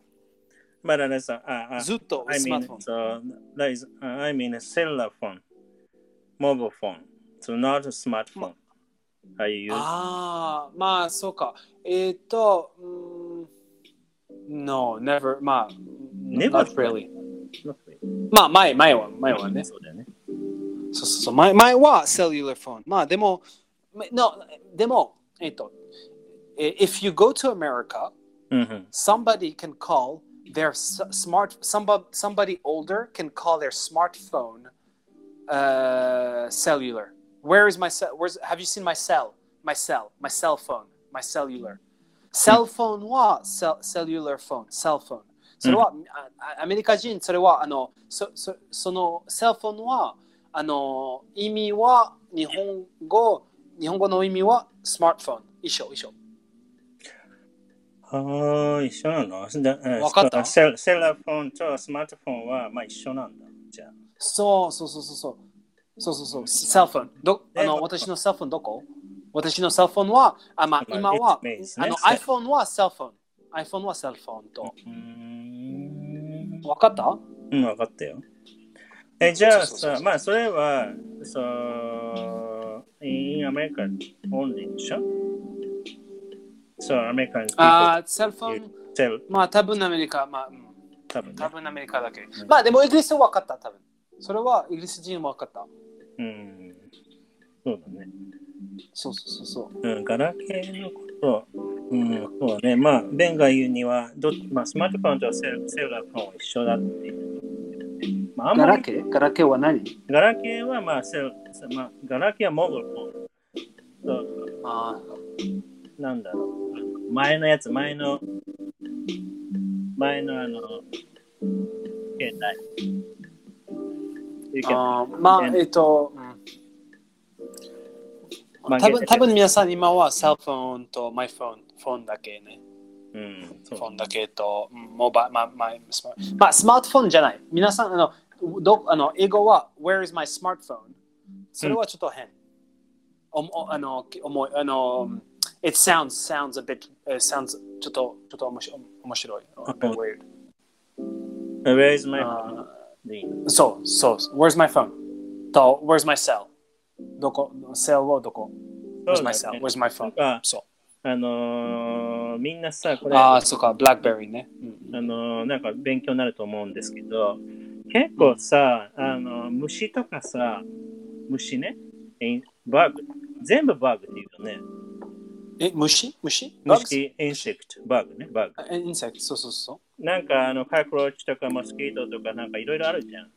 S1: But that's a, uh, uh,
S2: ずっと
S1: I
S2: スマー
S1: mean,
S2: トフォン。
S1: so that is, uh, I mean a cellular phone, mobile phone. So not a smartphone. Are you using?
S2: Ah. ああ、まあ、そうか。えっと、うん mm, No, never, まあ、
S1: Never
S2: not really. まあ、前、前は、前はね。
S1: そうだよね。
S2: そうそうそう前前はセルュラーフォン。まあでも、ま no, でも、えっと、え if you go to America,
S1: うんうん。
S2: somebody can call their s- smart, somebody, somebody older can call their smartphone uh, cellular. Where is my cell? Where's, have you seen my cell? My cell, my cell phone, my cellular. Cell phone は cell, cellular phone, cell phone. それは、ああアメリカ人、それはあのそそそのセルフォンはあの意味は日本語、日本語の意味はスマートフォン。一緒、一緒。
S1: はーい、一緒なのだえ
S2: わかった
S1: そうセルセルラーフォンとスマートフォンはまあ一緒なんだ。じゃあ。
S2: そうそうそうそうそう。そうそうそう。セルフォン。どあ
S1: え
S2: の
S1: どこ
S2: 私のセルフォンどこ私のセルフォンは、あまあ、
S1: まあ
S2: 今は、
S1: いつ
S2: あ
S1: ね
S2: の
S1: セル
S2: iPhone はセルフォン。iPhone はセルフォンと。
S1: うーん。
S2: わかった
S1: うん、わかったよ。え、じゃあ
S2: そうそうそう
S1: さ
S2: そ、う
S1: まあそれは、そう、in America only でしょそう、アメリカン
S2: あーセルフォン、
S1: セル、
S2: まあ多分アメリカ、まあ、うん
S1: 多分ね
S2: 多。分アメリカだけ。まあでもイギリスはわかった、多分。それはイギリス人も分かった。
S1: うん。そうだね。
S2: そうそうそうそう。
S1: うん、ガラケーのこと、うん、そうだね。まあ、ベンが言うには、どっちまあ、スマートフォンとセルセルラーフォンは一緒だっていう。まあ、あん
S2: ガ
S1: ま
S2: ラ
S1: り
S2: ケーガラケーは何
S1: ガラケーは、まあセル、まあ、ガラケーはモールフォン。そう
S2: あ
S1: なんだろう。前のやつ、前の、前のあの、携帯。
S2: ーあー。まあ、えっと、うん、多分多分皆さん今はセルフォンとマイフォン、フォンだけね。
S1: うん、そ
S2: フ
S1: う
S2: ォンだけと、うんモバイル、まあ、まあ、スマまあ、スマートフォンじゃない。皆さん、あの、どあの英語は、Where is my smartphone? それはちょっと変。おもあの、思い、あの、It sounds, sounds a bit, uh, sounds, ちょっと、ちょっと面白い面白い。a bit weird.
S1: Where is my
S2: あ
S1: phone?
S2: ーそう、そう、Where's my phone? と、Where's my cell? どこ、cell をどこ ?Where's my
S1: そうだね
S2: cell? Where's my phone?
S1: なんか
S2: そ
S1: あのーみんなさ、こ
S2: う。
S1: れ、
S2: あ
S1: あ
S2: あ、そうか、Blackberry ね。うん
S1: のーなんか勉強になると思うんですけど、結構さ、あのー虫とかさ、虫ね、インバグ、全部バグっていうよね。
S2: え、虫虫
S1: 虫、インセクト、バグね、バグ。
S2: インセクト、そうそうそう。
S1: なんかあの、カイクローチとかモスキートとかなんかいろいろあるじゃん。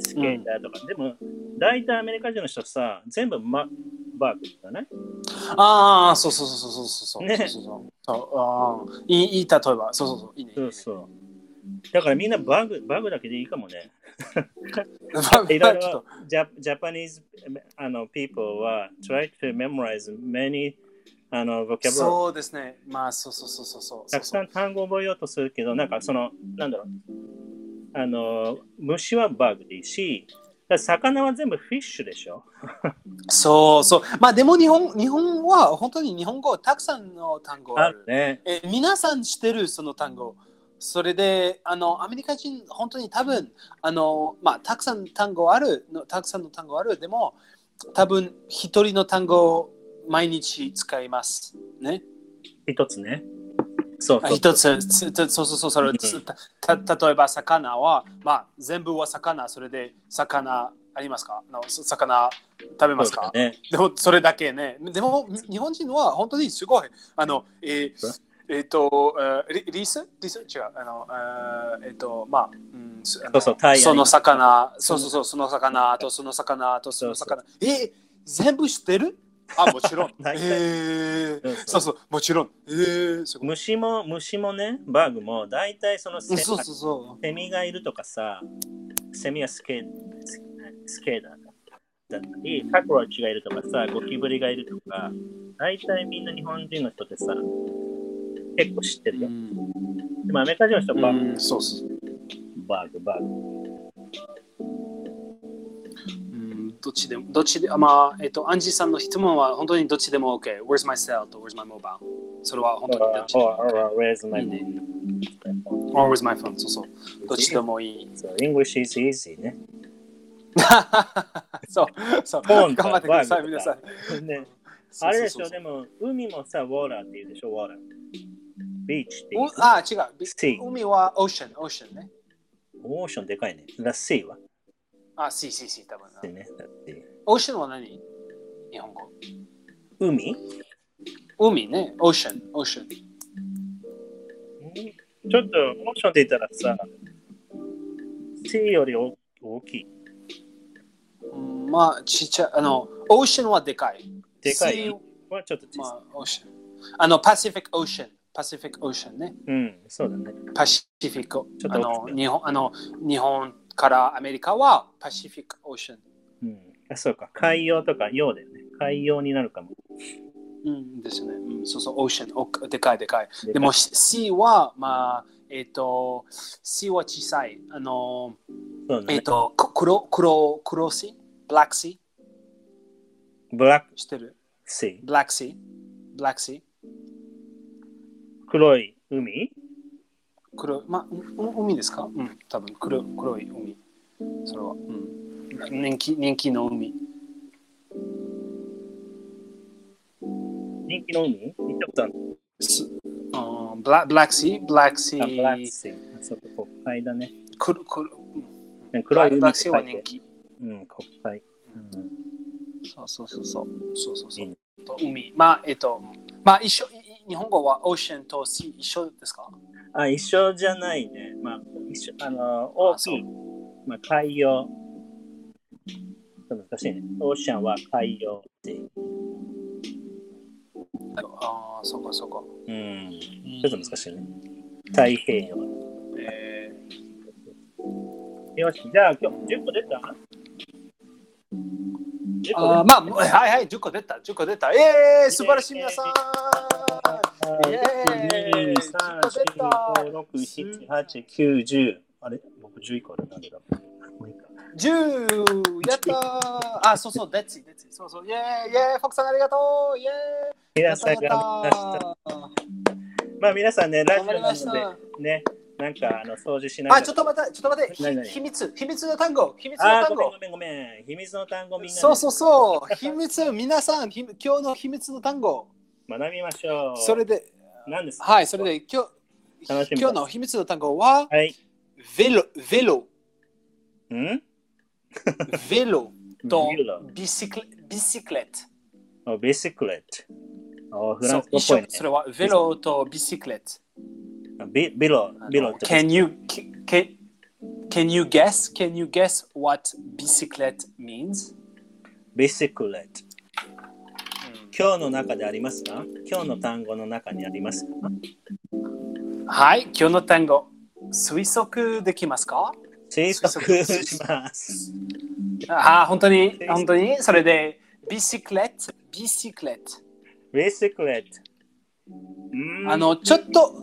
S1: スケーターとか。でも、大体アメリカ人の人さ、全部、ま、バグだね。
S2: ああ、そうそうそうそうそうそう。
S1: ね
S2: そうそうそうそうあーいいいい例えば、そうそうそう。いいね。
S1: そうそう。だからみんなバグ、バグだけでいいかもね。
S2: い
S1: い
S2: い ねま
S1: ろ
S2: あ
S1: い
S2: ちょっ
S1: ろジャジャパニーズあの people は try to memorize many あの
S2: と
S1: vocabulary
S2: そうですね。まあ、そうそうそうそうそう。
S1: たくさん単語を覚えようとするけどなんかそのなんだろうあの虫はバグでいいしだから魚は全部フィッシュでしょ
S2: そうそう。まあ、でも日本日本は本当に日本語たくさんの単語あ
S1: あ
S2: る
S1: る。ね
S2: え皆さん知ってるその単語。それであのアメリカ人本当に多分あの、まあ、たくさん単語あるのたくさんの単語あるでも多分一人の単語を毎日使いますね。
S1: 一つねそう
S2: あ
S1: そう
S2: 一つ、つつそうそうそう、それ、
S1: うん
S2: つたた例えば魚は、まあ、全部は魚、それで魚ありますかあのそ魚食べますか、
S1: そうだね
S2: でも、それだけね。でも、日本人は本当にすごい、あの、えーえっと、えーリリスリス違う。あの、えーえっと、まあ、うん、そあ
S1: そ
S2: の
S1: うそうタイヤ。
S2: その魚、そうそうそう、その魚とその魚とその魚。えー、全部知ってるあ、もちろん
S1: 大体そう
S2: えー
S1: そう、
S2: そうそう、もちろん。えー、すごい。
S1: 虫も虫もねバグも大体そのセ
S2: そうそうそ
S1: セミがいるとかさ、セミはスケススケーダーだったり、カクローチがいるとかさ、ゴキブリがいるとか、大体みんな日本人の人ってさ、結構知って
S2: う。
S1: るよ。
S2: ん、
S1: でもアメリカ人の人はバグ、
S2: そうそう。
S1: バグ、バグ。
S2: うん、どっちでも、どっちで、あまあ、えっと、アンジーさんの質問は本当にどっちでも OK。Where's my cell と Where's my mobile? それは本当にどっちでも OK。
S1: Where's
S2: い
S1: my
S2: いね Or where's my phone? そうそう。どっちでもいい。
S1: So English is easy ね。
S2: そう、 そう。
S1: Phone と
S2: 頑張ってくださ
S1: Word とか
S2: い、皆さん。
S1: ね
S2: そ
S1: あ
S2: うそうそう
S1: れでしょ、でも海もさ、ウォーラーって言うでしょ、ウォーラー。ビーチって言う
S2: お。あ、違う。
S1: Sea
S2: 海は ocean、ocean ね。
S1: オーションでかいね。ラッシーは。
S2: あ、sea、sea、sea 多分。
S1: でね、ラッシー
S2: ocean は何日本語。
S1: 海
S2: 海ね。ocean、ocean。
S1: ちょっとオーションで言ったらさ、C より大大きい。
S2: うんまあ、ちっちゃい。あの、ocean はでかい。
S1: でかい
S2: Sea
S1: はちょっと小
S2: ま
S1: さい。
S2: あ、オーシャン。あの、パシフィックオーシャン。パシフィックオーシャンね。
S1: うん、そうだね。
S2: パシフィック。
S1: ちょっと
S2: あの、日本、あの、日本からアメリカはパシフィックオーシャン。
S1: うん、あそうか、海洋とか洋だよね。海洋になるかも。
S2: うん、ですね。うん、そうそう、オーシャン。おっでかいでかい。
S1: で
S2: でも、シ C は、まあ、えっ、と、C は小さい。あの、
S1: そうだ
S2: えっ、
S1: ね。
S2: と、く黒、黒、黒シブラックシ
S1: ブラック
S2: 知ってる
S1: シー。
S2: ブラックシブラックシ
S1: 黒い海
S2: 黒い、まあ、う海ですかうん、多分黒黒い海。それは、うん。年季年季の海。
S1: 人気の海行ったことある
S2: すあーブラブラックシー、ブラックシ
S1: あブラック
S2: ー、
S1: シー。あそうか、国会だね。
S2: 黒黒うん
S1: ね黒い海って
S2: 私
S1: 書
S2: はい人
S1: て、
S2: 気。
S1: うん、国際。うん
S2: そうそうそうそう。そうそうそう
S1: いいね
S2: と海。まあ、えっと、まあ、一緒、いい日本語はオーシャンとシー一緒ですか
S1: あ、一緒じゃないね。まあ、一緒、あの、大きい、まあ、海洋。ちょっと難しいね。オーシャンは海洋っていう。
S2: ああ、そうかそうか。
S1: うん。ち
S2: ち
S1: ょっと難しいね。太平洋。
S2: い。え
S1: よし、じゃあ今日10個出た
S2: ー、あーまあ、もうはいはい、10個出た、10個出た。えー、素晴らしい皆さん。イエーイ
S1: 1,2,3,4,5,6,7,8,9,10あれ僕11個あるなんでだもういいか
S2: 10! やったーあ、そうそう、デッツィ、デッツィ。そうそう、イエーイ、イエーイ、フォックさんありがとうイエー
S1: 皆
S2: イ
S1: さんが
S2: やったやった
S1: まあ皆さんね、ラジ
S2: 頑張
S1: オ
S2: り
S1: な
S2: ました
S1: のでね、なんかあの掃除しなが
S2: あ、
S1: ら
S2: ちょっと待って、ちょっと待
S1: 何
S2: って、
S1: 何
S2: ひ秘密、秘密の単語、秘密の
S1: あーご
S2: 単
S1: めん
S2: 語
S1: ご。めんごめん。秘密の単語みんなで
S2: そうそうそう、秘密、皆さん、ひ今日の秘密の単語。
S1: 学びましょう。
S2: それで、
S1: 何ですか
S2: はい、それで今日
S1: 楽しみだ
S2: 今日の秘密の単語は、
S1: はい。
S2: ベロ、ベロ、
S1: ん
S2: ベロと
S1: ベロ
S2: ビシクレビシクレット。
S1: あベーシックレット。あフランス語っ
S2: そ
S1: ぽい
S2: う一緒
S1: ね。
S2: それはベロとビシクレット。
S1: あビビロ、ビロって。
S2: Can you can, can you guess? Can you guess what bicyclette means?
S1: ベーシックレット。今日の中でありますか今日の単語の中にありますか
S2: はい、今日の単語、推測できますか
S1: 推測します。
S2: あー、本当に
S1: 測
S2: 本当にそれで、ビシクレット、ビシクレット。
S1: ベーシックレット。うーん
S2: あ、の、ちょっと、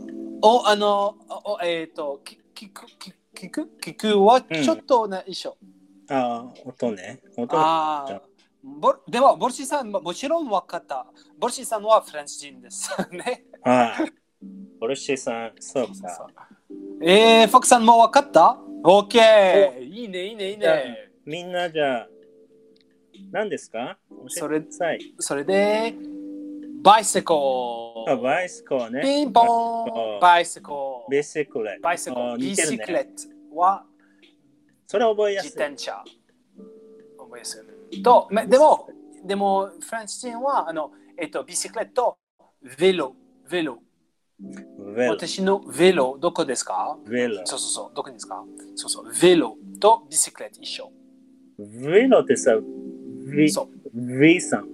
S2: お、あの、おおえっ、と、き聞く、き聞く、聞くは
S1: うん
S2: ちょっとな一緒。
S1: あ音ね。音
S2: あ
S1: じゃ
S2: あ
S1: あ。
S2: ぼでは、ボルシさんも、もちろんわかった。ボルシさんはフランス人です。ね。
S1: はい。ボルシーさん、そうか。
S2: えー、フォックさんもわかった ?OK! いいね、いいね、いいね。
S1: みんなじゃあ、何ですか教
S2: そ
S1: え
S2: れ
S1: てください。
S2: それで、バイセコ
S1: あ、バイスコアね。
S2: ピンポンバイセコ
S1: ベーシックレット。
S2: バイセ
S1: あ
S2: コ
S1: 似
S2: ビ
S1: てる
S2: シクレ
S1: ね。
S2: ットは
S1: それ覚えや
S2: 自
S1: すい。
S2: 転車。覚えやすいと、めでも、でも、フランス人は、あの、えっと、ビシクレット、ベロ、ベロ。
S1: ベロ。
S2: 私のベロ、どこですか
S1: ベロ。
S2: そうそうそう、どこですかそうそう、ベロとビシクレット一緒。
S1: ベロってさ、V
S2: そ
S1: V さん。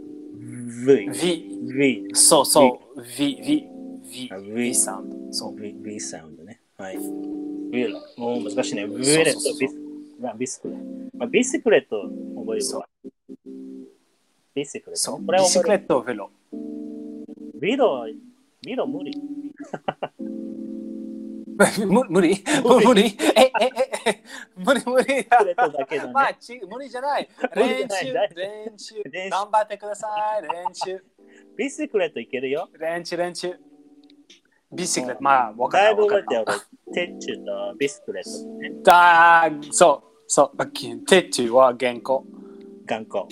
S1: V
S2: う、。V。
S1: V。
S2: そうそう、V、V、V
S1: あ、V
S2: V さん。そう。
S1: V, v サウンドね。はい。ベロ。もう難しいね。ベロとビスあビスクレット。まあ、ビスクレット覚える
S2: そう
S1: わ。ビスクレッ
S2: そ
S1: ト。
S2: う。
S1: これ
S2: ビシク
S1: 覚
S2: レ
S1: える。
S2: ット、ベロ。
S1: ビロ、ビロ無理。
S2: む無理 無理え、え、え、え、無理無理
S1: スクレットだけだね
S2: まあ、ち無理じゃない。
S1: 無理じゃ
S2: 練
S1: ない
S2: 習、
S1: 大
S2: 練習
S1: 練習。
S2: 頑張ってください。練習、
S1: ビスクレットいけるよ。
S2: 練習、練習。ビシクレット、まあ、わか
S1: だい
S2: った
S1: ぶ
S2: わ
S1: 覚
S2: か
S1: えてよ
S2: っ。
S1: テッチュとビスクレットね。
S2: た。だそう、そう、オッケーテッチは原稿。
S1: 頑固。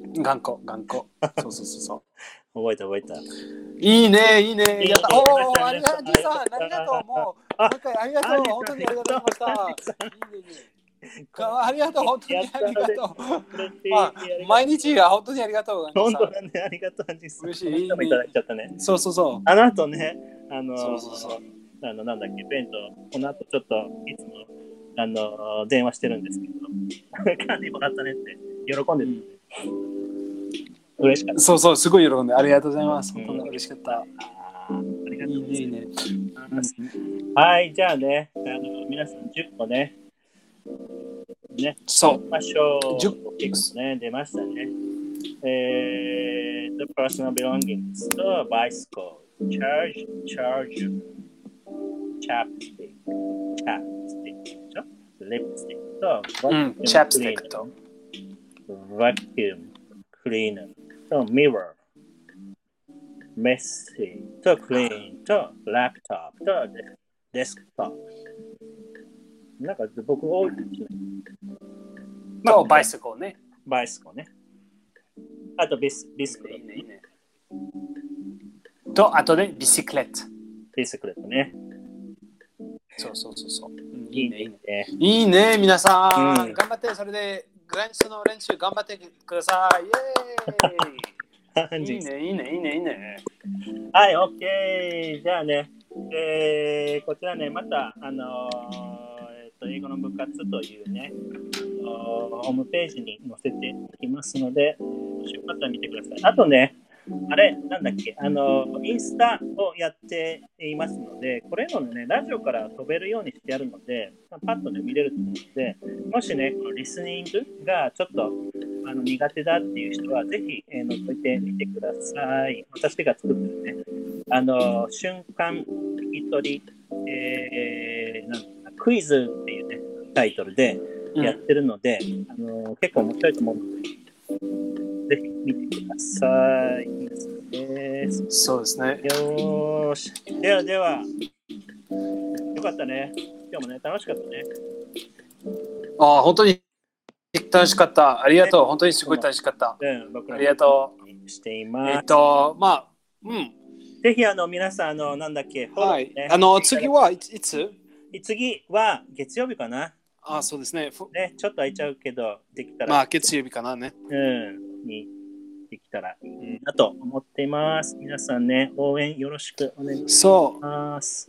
S2: 頑固、頑固。そうそうそうそう。
S1: 覚えた覚えた。
S2: いいね、いいね。
S1: いい
S2: やった
S1: いい
S2: おお、あ
S1: あり
S2: り
S1: が
S2: が
S1: とう
S2: とう、じいさん、ありがとう。もう、
S1: あ
S2: なんかありがと
S1: あ
S2: う
S1: りがとう。
S2: 本当にありがとうございました。いいねいいねかありがとう、本当にありがと
S1: 嬉し
S2: う。
S1: い
S2: まあ、毎日、あ本当にありがとう。
S1: 本当
S2: なんか
S1: だね。ありがとう、アンジーさん。
S2: 嬉しい
S1: この人もいただいちゃったね。
S2: さそうそうそう。
S1: あの後ね、あの、
S2: そうそうそう
S1: あの、なんだっけ、ベンと、この後ちょっと、いつも、あの、電話してるんですけど、 カンディもらったねって、喜んでる、嬉しかっ
S2: そうそう、すごい喜んで、ありがとうございます。本当に嬉しかった。
S1: た。ありがと
S2: いうい
S1: ご
S2: ね、いいね。
S1: ざいます。はい、じゃあね、あの、皆さん10個ね、
S2: そ
S1: ましょう。
S2: 10
S1: 結構ね、出ましたね。えー、the personal belongings と bicycle, charge, charger, chapstick, chapstick でしょ lipstick と
S2: う。うん、チャップスティック
S1: cleaner
S2: と。
S1: vacuum cleaner と mirror, messy と clean と laptop と desktop なんか僕多いですね。まあ
S2: と、バイスコーね。
S1: バイスコね。あとビス、ビスクレ
S2: いい
S1: ット。
S2: ね、いいね。と、あとで、ビシクレット。
S1: ビスクレットね。
S2: そうそうそうそう。うん
S3: いいね、いいね。
S1: ね。
S2: いいね、皆さん。
S1: うん
S2: 頑張って、それで、グランスの練習頑張ってください。イエーイいいね、いいね、いいね、いいね。
S1: はい、オッケー。じゃあね、えーこちらね、また、あのーえっと、英語の部活というね、あのーホームページに載せていきますので、もしよかったら見てください。あとね、あれ、なんだっけ、あのーインスタをやっていますので、これのね、ラジオから飛べるようにしてあるので、パッとね、見れると思うので、もしね、このリスニングがちょっとあの苦手だっていう人は、ぜひ、えー、覗いてみてください。私が作ってるね、あの、瞬間聞き取り、えーなんだろうなクイズっていうね、タイトルで
S2: うん
S1: やってるので、あの結構面白いと思うので、ぜひ見てください。です
S2: そうですね。
S1: よーし。ではでは、よかったね。今日もね、楽しかったね。
S2: ああ、本当に楽しかった。ありがとう。本当にすごい楽しかった。
S1: うん、僕
S2: あ
S1: ら
S2: りがとう。
S1: う。してい
S2: え
S1: ま
S2: っ
S1: す。
S2: と、まあ、うん。
S1: ぜひ、あの、皆さん、あの、なんだっけ、フォロー
S2: は
S1: ね
S2: い。あの、次はいついつ
S1: 次は月曜日かな。
S2: ああ、そうですね。ふ
S1: ね、ちょっと空いちゃうけど、できたら、
S2: まあ、月曜日かなね。
S1: うん、にできたらいいなと思っています。皆さんね、応援よろしくお願いし
S2: そ
S1: ます。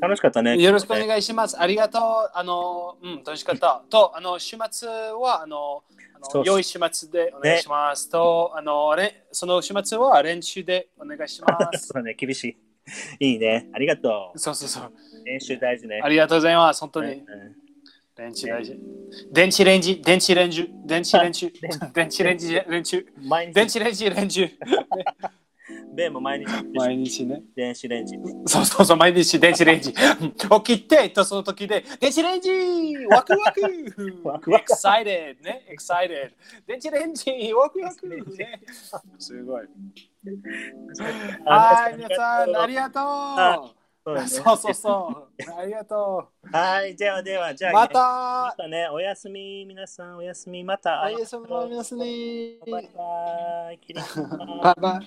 S1: 楽しかったね。
S2: う。よろしくお
S1: いし
S2: 願いします。ありがとう。あの、うん、楽しかった。と、あの、週末は、あの、あの
S1: そう
S2: 良い週末でお願いします。と、あの、れその週末は練習でお願いします。
S1: そうだね、厳しい。いいね。ありがと
S2: そうそうそう。
S1: う。練習大事ね。
S2: ありがとうございます。本当
S1: うん
S2: に。電池大事。電池レンジ、電池レンジ、電池レンジ、電池レンジ、レンジ、
S1: うん毎
S2: 電
S1: 日、
S2: 池レンジ、レンジ。
S1: ベンも毎日、
S2: 日ね。
S1: 電子レンジ。う
S2: そうそうそう、毎日電子レンジ。 起きて、とその時で、電子レンジワクワク
S1: ワクワク
S2: !excited! ね、excited! 電子レンジワクワク ね。すごい。はい、皆さん、ありがと
S1: そう
S2: う
S1: だね
S2: そうそうそう。ありがと
S1: はい、ではでは、じゃ
S2: う。
S1: あ、
S2: ま
S1: ま
S2: た、
S1: たね、おやすみ、皆さん、おやすみ、また。
S2: ありがとうございますね。
S1: バイバイ。キリンさん
S2: バイバイ。